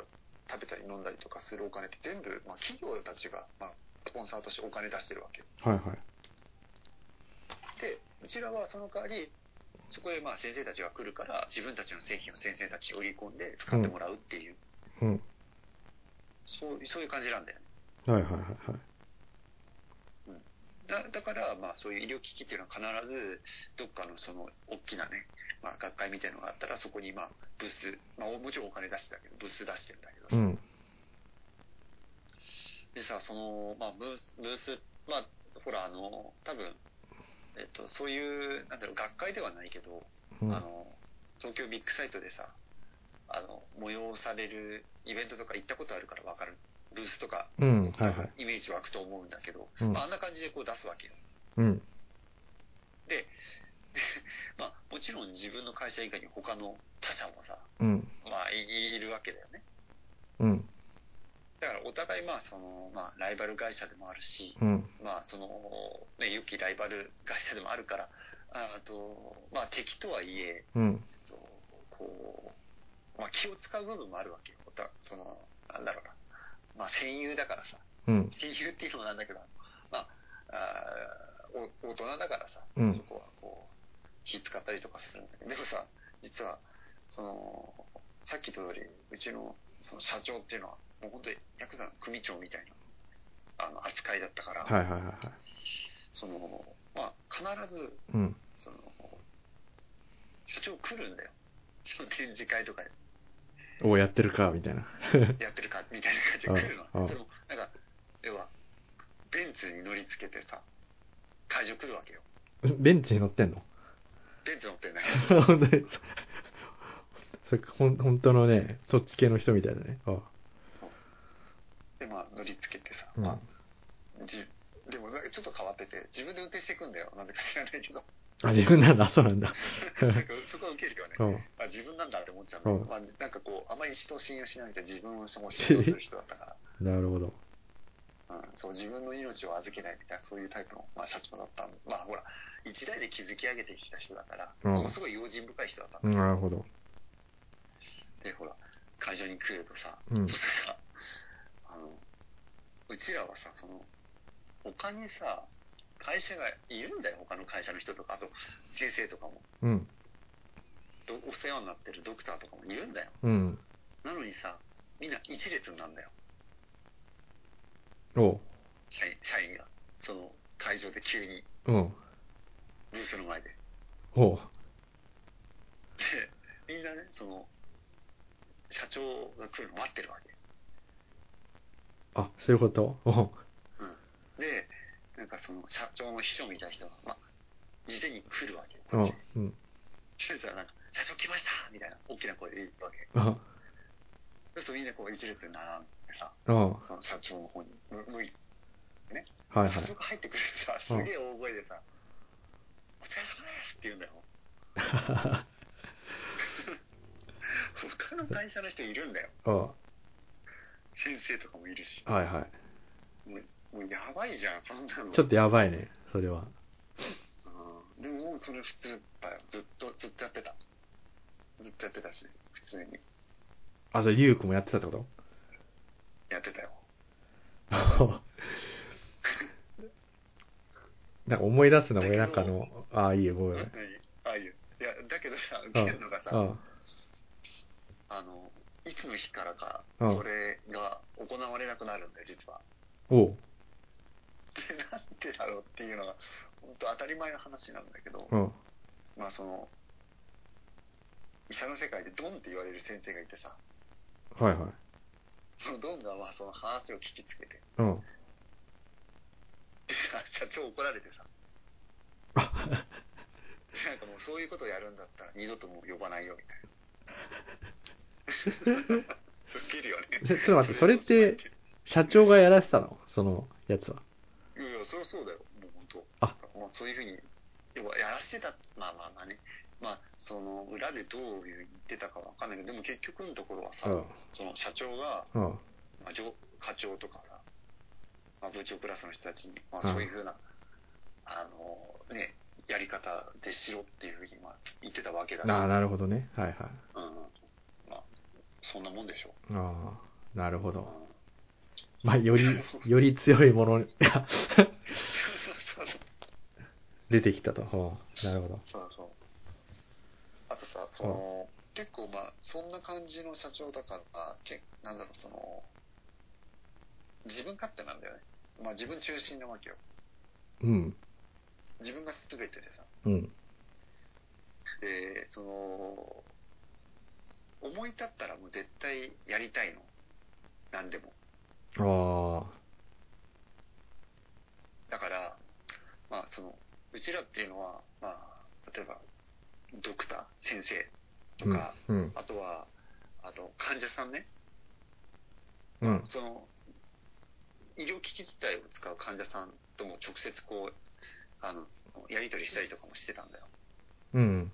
Speaker 2: 食べたり飲んだりとかするお金って全部、まあ、企業たちが、まあ、スポンサーとしてお金出してるわけ
Speaker 1: はいはい。
Speaker 2: でうちらはその代わりそこへまあ先生たちが来るから自分たちの製品を先生たちに売り込んで使ってもらうっていう、
Speaker 1: うん。
Speaker 2: そうそういう感じなんだよね
Speaker 1: はいはいはいはい。
Speaker 2: だだから、まあ、そういう医療機器っていうのは必ずどっかのその大きなね、まあ、学会みたいのがあったらそこにまあブース、まあ、おもちろんお金出してたけどブース出してるんだけどさ、
Speaker 1: うん。
Speaker 2: でさその、まあ、ブースブースまあほらあの多分、えっと、そういうなんだろう学会ではないけど、
Speaker 1: うん。
Speaker 2: あの東京ビッグサイトでさあの催されるイベントとか行ったことあるから分かるブースとか
Speaker 1: うん。はいはい。
Speaker 2: イメージ湧くと思うんだけど、
Speaker 1: うん
Speaker 2: まあ、あんな感じでこう出すわけよ
Speaker 1: うん。
Speaker 2: まあ、もちろん自分の会社以外に他の他社もさ、
Speaker 1: うん。
Speaker 2: まあ、いいるわけだよね。
Speaker 1: うん。
Speaker 2: だからお互い、まあ、その、まあ、ライバル会社でもあるし、
Speaker 1: うん。
Speaker 2: まあ、その、ね、良きライバル会社でもあるから、ああと、まあ、敵とはいえ、
Speaker 1: うん。
Speaker 2: とこう、まあ、気を使う部分もあるわけよ。おたその、なんだろうな。まあ、戦友だからさ、
Speaker 1: うん。
Speaker 2: 戦友っていうのもなんだけど、まあ、あーお大人だからさ、
Speaker 1: うん
Speaker 2: そこはこう、気使ったりとかするんだけど、でもさ、実は、その、さっき言った通り、うちのその社長っていうのは、もう本当にヤクザの組長みたいな、あの、扱いだったから、
Speaker 1: はいはいはいはい。
Speaker 2: その、まあ、必ず、
Speaker 1: うん。
Speaker 2: その、社長来るんだよ。 その展示会とかで
Speaker 1: おやってるか、みたいな。
Speaker 2: やってるか、みたいな感じで来る
Speaker 1: うんう
Speaker 2: の。
Speaker 1: ん
Speaker 2: その、なんか、要は、ベンツに乗りつけてさ、会場来るわけよ。
Speaker 1: ベンチに乗ってんの
Speaker 2: ベンツ乗ってんだけど
Speaker 1: 本当に。それほん本当のね、そっち系の人みたいだね。あ
Speaker 2: で、まあ、乗りつけてさ、
Speaker 1: うん
Speaker 2: まあ、じでも、なんかちょっと変わってて、自分で運転していくんだよ。なんでか知らない けど。
Speaker 1: あ、自分なんだ、そうなんだ。
Speaker 2: なんかそこはウケるよね
Speaker 1: う。ん。
Speaker 2: あ、自分なんだって思っちゃうんだけ
Speaker 1: う
Speaker 2: ど
Speaker 1: ん
Speaker 2: まあ、なんかこう、あまり人を信用しないで自分を信用する人だったか
Speaker 1: なるほど。
Speaker 2: ら、うん、そう、自分の命を預けないみたいな、そういうタイプの、まあ、社長だったんまあ、ほら、一代で築き上げてきた人だから、
Speaker 1: うん
Speaker 2: もうすごい用心深い人だったんだ
Speaker 1: うんなるほど。
Speaker 2: で、ほら、会場に来るとさ、
Speaker 1: うん。
Speaker 2: あの、うちらはさ、その、他にさ、会社がいるんだよ、他の会社の人とか、あと、先生とかも、
Speaker 1: うん。
Speaker 2: どお世話になってるドクターとかもいるんだよ。
Speaker 1: うん。
Speaker 2: なのにさ、みんな一列になるんだよ、
Speaker 1: おう。
Speaker 2: 社員社員が。その、会場で急に、
Speaker 1: うん。
Speaker 2: ブースの前で。
Speaker 1: おう。
Speaker 2: で、みんなね、その、社長が来るの待ってるわけ。
Speaker 1: あ、そういうことおう。
Speaker 2: で、なんかその、社長の秘書みたいな人が、ま、事前に来るわけよ。
Speaker 1: う
Speaker 2: こっ
Speaker 1: ん
Speaker 2: ち。
Speaker 1: うん。
Speaker 2: そしたらなんか、社長来ましたみたいな、大きな声で言うわけ。
Speaker 1: あ、
Speaker 2: そうするとみんなこう一列に並んでさ、
Speaker 1: うん。
Speaker 2: その社長の方にむ向いってね。
Speaker 1: はいはい。
Speaker 2: そこ入ってくるとさ、すげえ大声でさ、お疲れ様ですって言うんだよ。 他の会社の人いるんだよ。
Speaker 1: あは
Speaker 2: 先生とかもいるし。
Speaker 1: いは
Speaker 2: もう、もうやばいじゃん、そんなの。
Speaker 1: い。ちょっとやばいね、それは。
Speaker 2: うんでももうそれ普通だよ。ずっと、ずっとやってた。ずっとやってたし、普通に
Speaker 1: あ、それ、リュウクもやってた ってこと
Speaker 2: やってたよ。
Speaker 1: なんか思い出すの俺なんかの、ああ、いいよ、ごめん。
Speaker 2: ああいう。いや、だけどさ、
Speaker 1: ん
Speaker 2: 受けるのがさ、
Speaker 1: あ
Speaker 2: あの、いつの日からか、
Speaker 1: うん
Speaker 2: それが行われなくなるんだよ、実は。
Speaker 1: おう、
Speaker 2: で、なんでだろうっていうのが、本当当たり前の話なんだけど、
Speaker 1: うん、
Speaker 2: まあその、医者の世界でドンって言われる先生がいてさ、
Speaker 1: はいはい。
Speaker 2: そのドンがまあその話を聞きつけて、
Speaker 1: うん。
Speaker 2: でさ社長怒られてさ、なんかもうそういうことをやるんだったら二度ともう呼ばないよみたい な。ウケるよね。
Speaker 1: ちょちょっと待ってそれって社長がやらせたのそのやつは。
Speaker 2: いやいや、そりゃそうだよ、もう本当。
Speaker 1: あ
Speaker 2: もうそういうふうに、要はやらしてた、まあまあまあね、まあ、その裏でどう言ってたかわかんないけど、でも結局のところはさ、
Speaker 1: うん、
Speaker 2: その社長が、
Speaker 1: うん、
Speaker 2: まあ、上課長とかさ、まあ、部長クラスの人たちに、まあ、
Speaker 1: うん
Speaker 2: そういうふうな、あのね、やり方でしろっていうふうに、まあ、言ってたわけだし、
Speaker 1: ああ、なるほどね。はいはい。
Speaker 2: うんうん、まあ、そんなもんでしょ
Speaker 1: ああ、なるほ
Speaker 2: う。
Speaker 1: ど。
Speaker 2: うん
Speaker 1: まあ、 より、より強いものが
Speaker 2: そうそう
Speaker 1: 出てきたと。ほうなるほど。
Speaker 2: そうそう。あとさ、その、結構まあ、そんな感じの社長だから、けなんだろう、その、自分勝手なんだよね。まあ自分中心なわけよ。
Speaker 1: うん、
Speaker 2: 自分が全てでさ。
Speaker 1: うん、
Speaker 2: で、その、思い立ったらもう絶対やりたいの。なんでも。
Speaker 1: ああ、
Speaker 2: だから、まあその、うちらっていうのは、まあ、例えば、ドクター、先生とか、
Speaker 1: うん、
Speaker 2: あとは、あと患者さんね。
Speaker 1: うん、
Speaker 2: その医療機器自体を使う患者さんとも直接こうあのやり取りしたりとかもしてたんだよ
Speaker 1: うん、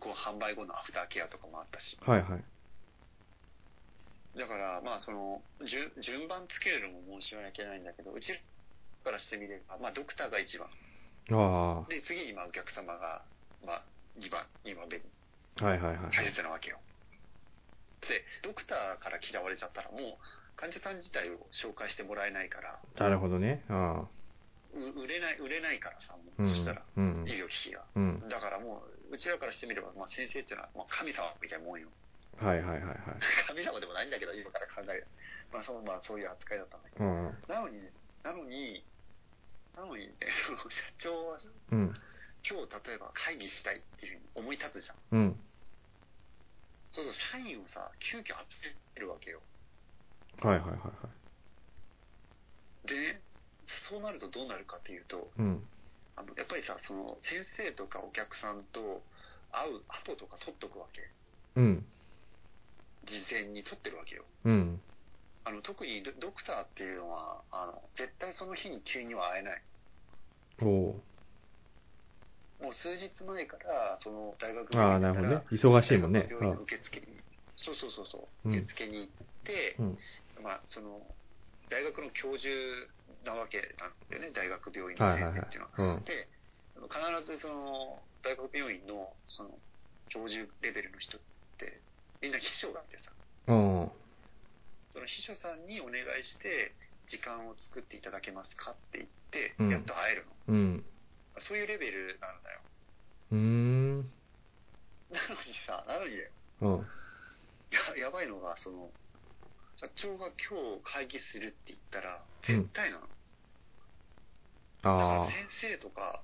Speaker 2: こう販売後のアフターケアとかもあったし
Speaker 1: はいはい。
Speaker 2: だからまあその順順番つけるのも申し訳ないんだけどうちからしてみれば、まあ、ドクターが1番
Speaker 1: あ
Speaker 2: で次にまあお客様が、まあ、2番2番目に
Speaker 1: あ、はいはいはい。
Speaker 2: 大切なわけよでドクターから嫌われちゃったらもう患者さん自体を紹介してもらえないから
Speaker 1: なるほどね。ああ、
Speaker 2: う売れない売れないからさもう
Speaker 1: うん
Speaker 2: そしたら、
Speaker 1: うん
Speaker 2: 医、療機器が
Speaker 1: うん、
Speaker 2: だからもう、うちらからしてみれば、まあ、先生っていうのは、まあ、神様みたいなもんよ。
Speaker 1: はいはいはいはい。
Speaker 2: 神様でもないんだけど、今から考える。まあ、そのまあ、そういう扱いだったんだけ
Speaker 1: う
Speaker 2: ど。
Speaker 1: ん、
Speaker 2: なのに、なのに、なのに、ね、社長は、
Speaker 1: うん、
Speaker 2: 今日例えば会議したいっていうふうに思い立つじゃん。
Speaker 1: うん。
Speaker 2: そうそう、社員をさ、急遽集めてるわけよ。
Speaker 1: はいはいはいはい。
Speaker 2: でね、そうなるとどうなるかっていうと、
Speaker 1: うん、
Speaker 2: あのやっぱりさ、その、先生とかお客さんと会うアポとか取っとくわけ。
Speaker 1: うん、
Speaker 2: 事前に取ってるわけよ。
Speaker 1: うん。
Speaker 2: あの特にドドクターっていうのはあの絶対その日に急には会えない
Speaker 1: おお
Speaker 2: もう数日前からその大学
Speaker 1: ー。ああ、なるほどね。忙しいもんね。
Speaker 2: 病
Speaker 1: う
Speaker 2: 院
Speaker 1: ん
Speaker 2: の受付にそうそうそうそう
Speaker 1: うん
Speaker 2: 受付に行って、
Speaker 1: うん
Speaker 2: まあその大学の教授なわけなんだよね大学病院の
Speaker 1: はいはい
Speaker 2: 先
Speaker 1: はい
Speaker 2: 生っていうのは、。
Speaker 1: うん。
Speaker 2: で必ずその大学病院のその教授レベルの人ってみんな秘書があってさ
Speaker 1: うん。
Speaker 2: その秘書さんにお願いして時間を作っていただけますかって
Speaker 1: う
Speaker 2: 言
Speaker 1: ん
Speaker 2: ってやっと会えるの、
Speaker 1: うん。
Speaker 2: そういうレベルなんだよ
Speaker 1: うーん。
Speaker 2: なのにさなのにだよ
Speaker 1: うん。
Speaker 2: ややばいのがその社長が今日会議するって言ったら
Speaker 1: うん
Speaker 2: 絶対なの、だから
Speaker 1: あ
Speaker 2: 先生とか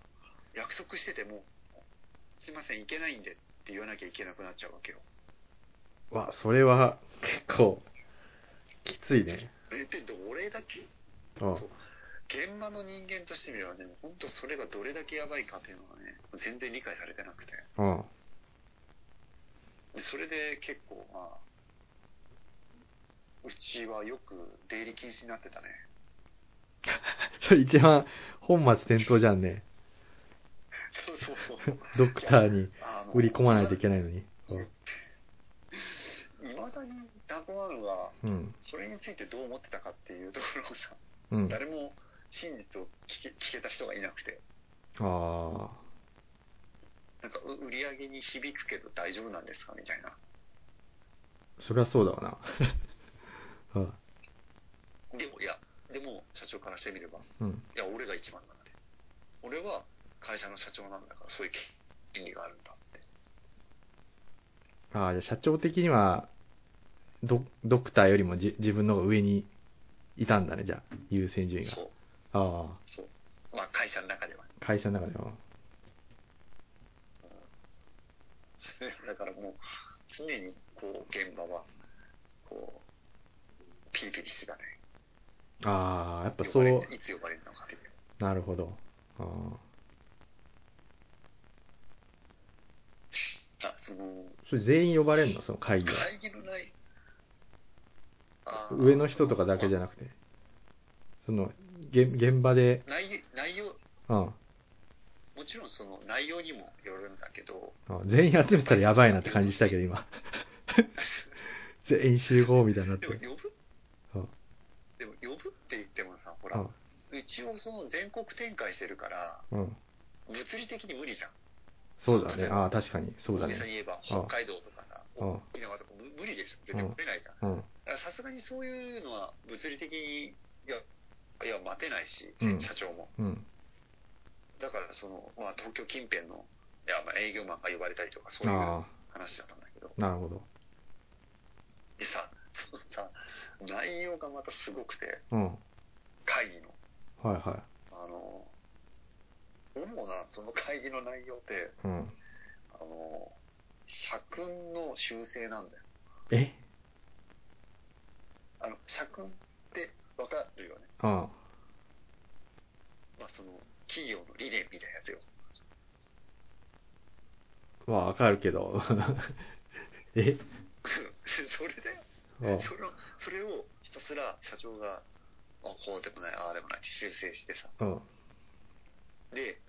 Speaker 2: 約束しててもすいません行けないんでって言わなきゃいけなくなっちゃうわけよ
Speaker 1: あ。わ、それは結構きついね。
Speaker 2: えでで俺だけ
Speaker 1: うん。
Speaker 2: そう現場の人間としてみればね本当それがどれだけやばいかっていうのはね全然理解されてなくて
Speaker 1: うん。
Speaker 2: でそれで結構ま あうちはよく出入り禁止になってたね
Speaker 1: それ一番本末転倒じゃんね。
Speaker 2: そうそうそう。
Speaker 1: ドクターに
Speaker 2: あの
Speaker 1: 売り込まないといけないのに。
Speaker 2: いまだに謎なのが、
Speaker 1: うん。
Speaker 2: それについてどう思ってたかっていうところをさ、
Speaker 1: うん。あ
Speaker 2: 誰も真実を聞け聞けた人がいなくて、
Speaker 1: あ。
Speaker 2: なんかう売り上げに響くけど大丈夫なんですかみたいな。
Speaker 1: そりゃそうだわな。 うん
Speaker 2: でも、いや、でも社長からしてみれば、
Speaker 1: うん。
Speaker 2: いや、俺が一番なんで。俺は会社の社長なんだから、そういう権利があるんだって。
Speaker 1: ああ、じゃあ社長的には、ドドクターよりもじ自分の方が上にいたんだね、じゃあ、優先順位が。
Speaker 2: そう、
Speaker 1: あ
Speaker 2: そう。まあ、会社の中では。
Speaker 1: あ、会社の中では。
Speaker 2: だからもう、常にこう、現場は、こう、ピリピリしてたね。
Speaker 1: ああ、やっぱ
Speaker 2: 呼
Speaker 1: そ
Speaker 2: ばれ
Speaker 1: う、
Speaker 2: いつ呼ばれるのかっていう。
Speaker 1: なるほど。ああ
Speaker 2: あ、その、
Speaker 1: それ全員呼ばれるのその会議は。
Speaker 2: 会議のない、あー
Speaker 1: 上の人とかだけじゃなくて。その、げ現場で、
Speaker 2: 内内容、
Speaker 1: うん。あ
Speaker 2: もちろんその内容にもよるんだけ ど、
Speaker 1: あ全員集めたらやばいなって感じしたけど、 今。全員集合みたいになって
Speaker 2: で
Speaker 1: る。
Speaker 2: も呼ぶ
Speaker 1: うん
Speaker 2: でも呼ぶって言ってもさ、ほ
Speaker 1: う
Speaker 2: ら
Speaker 1: ん、
Speaker 2: うちをその全国展開してるから、
Speaker 1: うん。
Speaker 2: 物理的に無理じゃん。
Speaker 1: そうだね。ああ、確かに。そうだ
Speaker 2: 大げさに
Speaker 1: ね。
Speaker 2: 言えば、
Speaker 1: うん
Speaker 2: 北海道とかさ、
Speaker 1: うん
Speaker 2: 沖縄とか無無理でしょ。絶対来れないじゃん。
Speaker 1: うん。
Speaker 2: だからさすがにそういうのは物理的に、いや、いや、待てないし、
Speaker 1: うん
Speaker 2: 社長も。
Speaker 1: うん。
Speaker 2: だから、その、まあ、東京近辺の、いや、まあ、営業マンが呼ばれたりとか、そういう
Speaker 1: あ
Speaker 2: 話だったんだけど、
Speaker 1: あ、なるほど。
Speaker 2: でさ、そのさ、内容がまたすごくて、
Speaker 1: うん。はい
Speaker 2: 会議の。
Speaker 1: は
Speaker 2: あの、主なその会議の内容って、
Speaker 1: い。うん。
Speaker 2: あの、社訓の修正なんだよ。
Speaker 1: え
Speaker 2: あの、社訓ってわかるよね。
Speaker 1: あ
Speaker 2: まあ、その、企業の理念みたいなやつよ。
Speaker 1: あ、わかるけど。 え
Speaker 2: それで、
Speaker 1: うん
Speaker 2: その、それをひたすら社長が、あ、こうでもない、ああでもないって修正してさ。
Speaker 1: うん。
Speaker 2: で、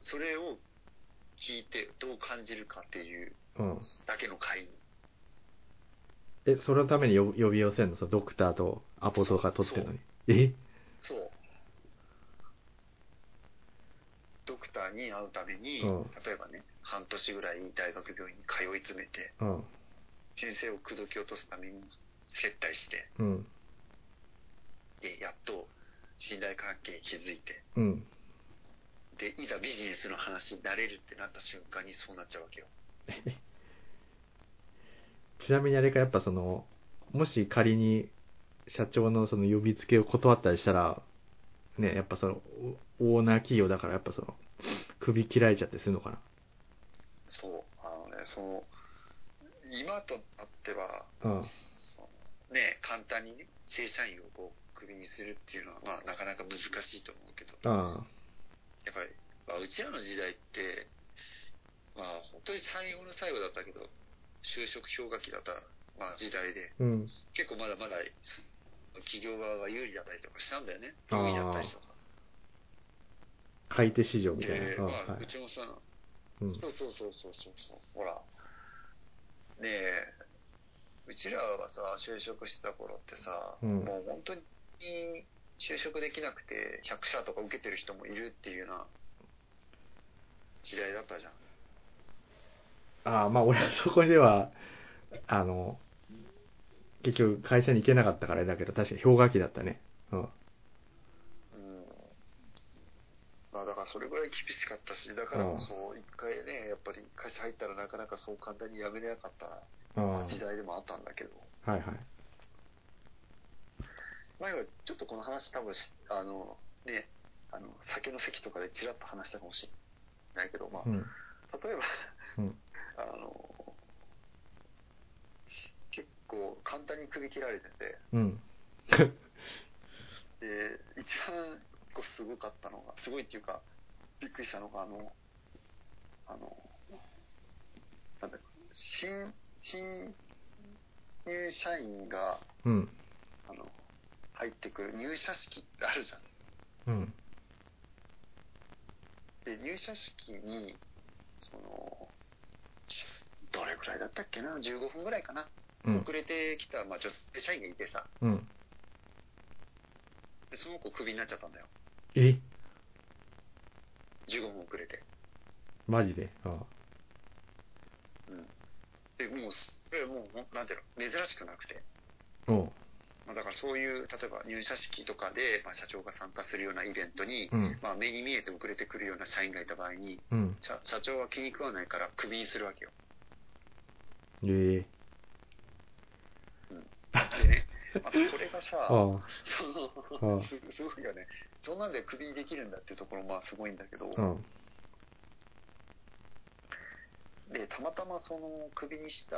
Speaker 2: それを聞いてどう感じるかっていう
Speaker 1: うん。
Speaker 2: だけの会議。
Speaker 1: え、そのために呼呼び寄せんのそのドクターとアポとか取ってんのに。え
Speaker 2: そう。ドクターに会うために、
Speaker 1: うん
Speaker 2: 例えばね、半年ぐらい大学病院に通い詰めて、
Speaker 1: うん。
Speaker 2: 先生を口説き落とすために接待して、
Speaker 1: うん。
Speaker 2: で、やっと信頼関係築いて、
Speaker 1: うん。
Speaker 2: で、いざビジネスの話になれるってなった瞬間にそうなっちゃうわけよ。
Speaker 1: ちなみにあれか、やっぱその、もし仮に社長のその呼びつけを断ったりしたら、ね、やっぱその、おオーナー企業だからやっぱその、首切られちゃってするのか
Speaker 2: そう、あのね、その、今となっては、
Speaker 1: な。うん。
Speaker 2: そのね、簡単にね、正社員をこう、クビにするっていうのは、まあ、なかなか難しいと思うけど、
Speaker 1: あ
Speaker 2: やっぱり、まあ、うちらの時代って、まあ、本当に最後の最後だったけど、就職氷河期だった、まあ、時代で、
Speaker 1: うん。
Speaker 2: 結構まだまだ企業側が有利だったりとかしたんだよね、
Speaker 1: あー
Speaker 2: 有利だったりとか。
Speaker 1: 買い手市場みたい
Speaker 2: で、
Speaker 1: な。
Speaker 2: ま
Speaker 1: うん
Speaker 2: あ、
Speaker 1: は
Speaker 2: う
Speaker 1: い
Speaker 2: ちもさ、
Speaker 1: うん
Speaker 2: そうそうそうそうそうそう、ほら、ねえ、うちらはさ、就職してた頃ってさ、
Speaker 1: うん
Speaker 2: もう本当に就職できなくて、100社とか受けてる人もいるっていうような時代だったじゃん。
Speaker 1: ああ、まあ俺はそこでは、あの、結局会社に行けなかったからあれだけど、確かに氷河期だったね。うん。
Speaker 2: うんまあだからそれぐらい厳しかったし、だからこそ、一回ね、やっぱり会社入ったらなかなかそう簡単に辞めれなかった
Speaker 1: うん。
Speaker 2: ま
Speaker 1: は
Speaker 2: あ
Speaker 1: い
Speaker 2: 時代でもあったんだけど、
Speaker 1: はい。
Speaker 2: 前はちょっとこの話多分し、あの、ね、あの、酒の席とかでちらっと話したかもしれないけど、まあ
Speaker 1: う、ん。
Speaker 2: 例えば、
Speaker 1: うん
Speaker 2: あの、結構簡単に首切られてて、
Speaker 1: うん。
Speaker 2: で、一番こうすごかったのが、すごいっていうか、びっくりしたのが、あの、あの、なんだ新、新入社員が、
Speaker 1: うん。
Speaker 2: あの、入ってくる入社式ってあるじゃん。
Speaker 1: うん。
Speaker 2: で、入社式に、その、どれくらいだったっけな ?15 分ぐらいかな、
Speaker 1: うん
Speaker 2: 遅。れてきた、まあ、女性社員がいてさ、
Speaker 1: うん。
Speaker 2: でその子クビになっちゃったんだよ。
Speaker 1: え
Speaker 2: 15分遅れて。
Speaker 1: マジであ
Speaker 2: で、もう、それもう、ほんなんていうの、珍しくなくて。
Speaker 1: あ。おう。
Speaker 2: まあ、だからそういう、例えば入社式とかで、まあ、社長が参加するようなイベントに、
Speaker 1: うん。
Speaker 2: まあ、目に見えて遅れてくるような社員がいた場合に、
Speaker 1: うん。
Speaker 2: 社社長は気に食わないからクビにするわけよ。
Speaker 1: ええ。
Speaker 2: でね、またこれがさ、
Speaker 1: ああ。
Speaker 2: そ
Speaker 1: うん
Speaker 2: のすすごいよね。そんなんでクビにできるんだっていうところもまあすごいんだけど、
Speaker 1: うん。
Speaker 2: で、たまたまそのクビにした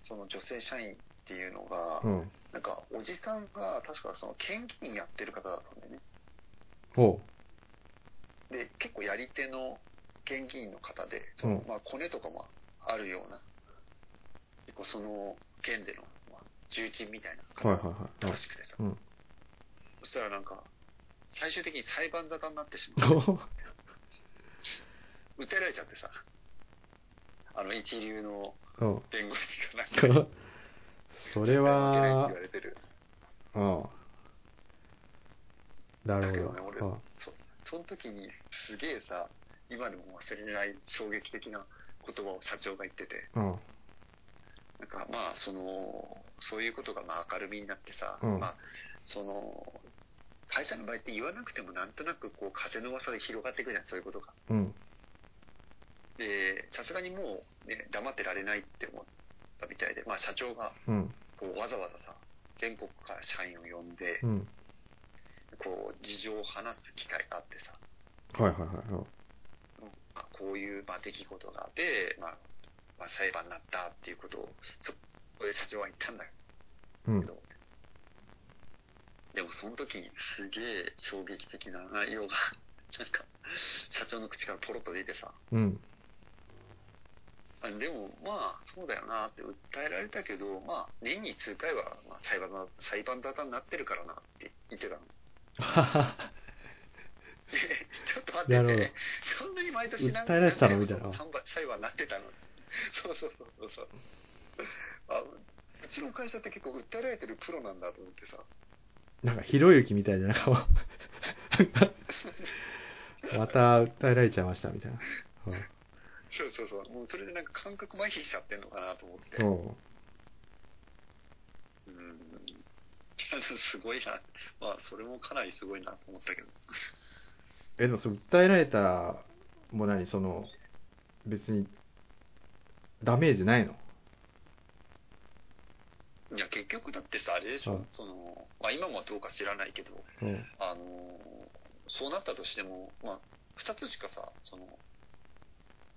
Speaker 2: その女性社員っていうのが、
Speaker 1: うん。
Speaker 2: なんかおじさんが確かその県議員やってる方だったんだよね。
Speaker 1: おう。
Speaker 2: で、結構やり手の県議員の方で、その
Speaker 1: うん
Speaker 2: まあコネとかもあるような、結構その県での、まあ、重鎮みたいな
Speaker 1: はい
Speaker 2: 方
Speaker 1: はいはい。
Speaker 2: らしくてさ、
Speaker 1: うん
Speaker 2: そしたらなんか最終的に裁判沙汰になってしま う
Speaker 1: おう
Speaker 2: 打てられちゃってさあの一流の
Speaker 1: おう。
Speaker 2: 弁護士がなんか
Speaker 1: それ
Speaker 2: 絶対負けないって
Speaker 1: は
Speaker 2: 言わ、れてる
Speaker 1: うん。な
Speaker 2: だけ
Speaker 1: る
Speaker 2: ど
Speaker 1: ほ
Speaker 2: ね俺
Speaker 1: ど。
Speaker 2: そその時にすげえさ今でも忘れない衝撃的な言葉を社長が言ってて
Speaker 1: うん。うん。
Speaker 2: なんかまあそのそういうことがまあ明るみになってさ、
Speaker 1: うん
Speaker 2: まあその会社の場合って言わなくてもなんとなくこう風の噂で広がっていくじゃんそういうことが
Speaker 1: うん。
Speaker 2: でさすがにもう、ね、黙ってられないって思ったみたいで、まあ、社長が
Speaker 1: うん。
Speaker 2: こうわざわざさ全国から社員を呼んで
Speaker 1: うん。
Speaker 2: こう事情を話す機会があってさ
Speaker 1: はいはいはい。うん
Speaker 2: まあこういう、まあ、出来事があって、まあまあ、裁判になったっていうことをそこで社長は言ったんだ
Speaker 1: うん
Speaker 2: け。ど、でもその時にすげえ衝撃的な内容が なんか社長の口からポロッと出てさ
Speaker 1: うん。
Speaker 2: あでもまあそうだよなって訴えられたけどまあ年に数回はまあ裁判の裁判沙汰になってるからなって言ってたの
Speaker 1: はは
Speaker 2: ちょっと待って
Speaker 1: なる
Speaker 2: ねそんなに毎年
Speaker 1: 訴えられてたのみたいな
Speaker 2: 何回も裁判に なってたのそうそうそうそうあうちの会社って結構訴えられてるプロなんだと思ってさ
Speaker 1: なんか、ひろゆきみたいじゃな、 なんか、また訴えられちゃいました、みたいな。
Speaker 2: そうそうそうもうそれでなんか感覚麻痺しちゃってんのかなと思って
Speaker 1: うん。うん
Speaker 2: うん すごいなまあそれもかなりすごいなと思ったけど
Speaker 1: え、でも、その訴えられたら、もう何、その、別に、ダメージないの
Speaker 2: いや結局だってさあれでしょ、
Speaker 1: うん
Speaker 2: そのまあ、今もどうか知らないけど、
Speaker 1: うん。
Speaker 2: あのーそうなったとしても、まあ、2つしかさその、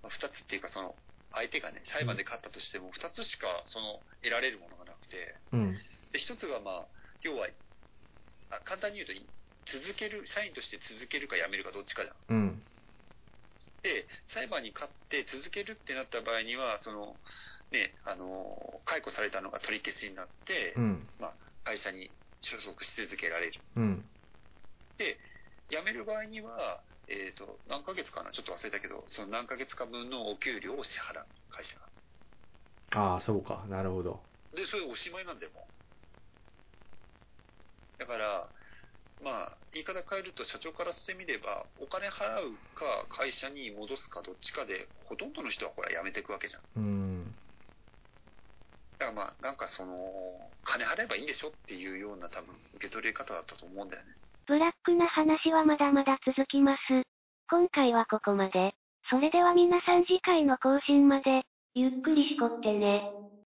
Speaker 2: まあ、2つっていうかその相手がね裁判で勝ったとしても2つしかその得られるものがなくて
Speaker 1: うん。
Speaker 2: で1つが、まあ、要はあ簡単に言うとい続ける社員として続けるか辞めるかどっちかじゃ
Speaker 1: う
Speaker 2: ん。
Speaker 1: ん。
Speaker 2: で裁判に勝って続けるってなった場合にはその、ねあのー解雇されたのが取り消しになって。
Speaker 1: うん。
Speaker 2: 会社に所属し続けられる。
Speaker 1: うん。
Speaker 2: 辞める場合には、えっ、と、何ヶ月かなちょっと忘れたけど、その何ヶ月か分のお給料を支払う、会社が。
Speaker 1: ああ、そうか。なるほど。
Speaker 2: で、それおしまいなんだよ、もう。だから、まあ、言い方変えると、社長からしてみれば、お金払うか、会社に戻すか、どっちかで、ほとんどの人はこれ辞めていくわけじゃん。
Speaker 1: うん。
Speaker 2: だからまあ、なんかその、金払えばいいんでしょっていうような多分、受け取り方だったと思うんだよね。
Speaker 3: ブラックな話はまだまだ続きます。今回はここまで。それでは皆さん次回の更新まで、ゆっくりしこってね。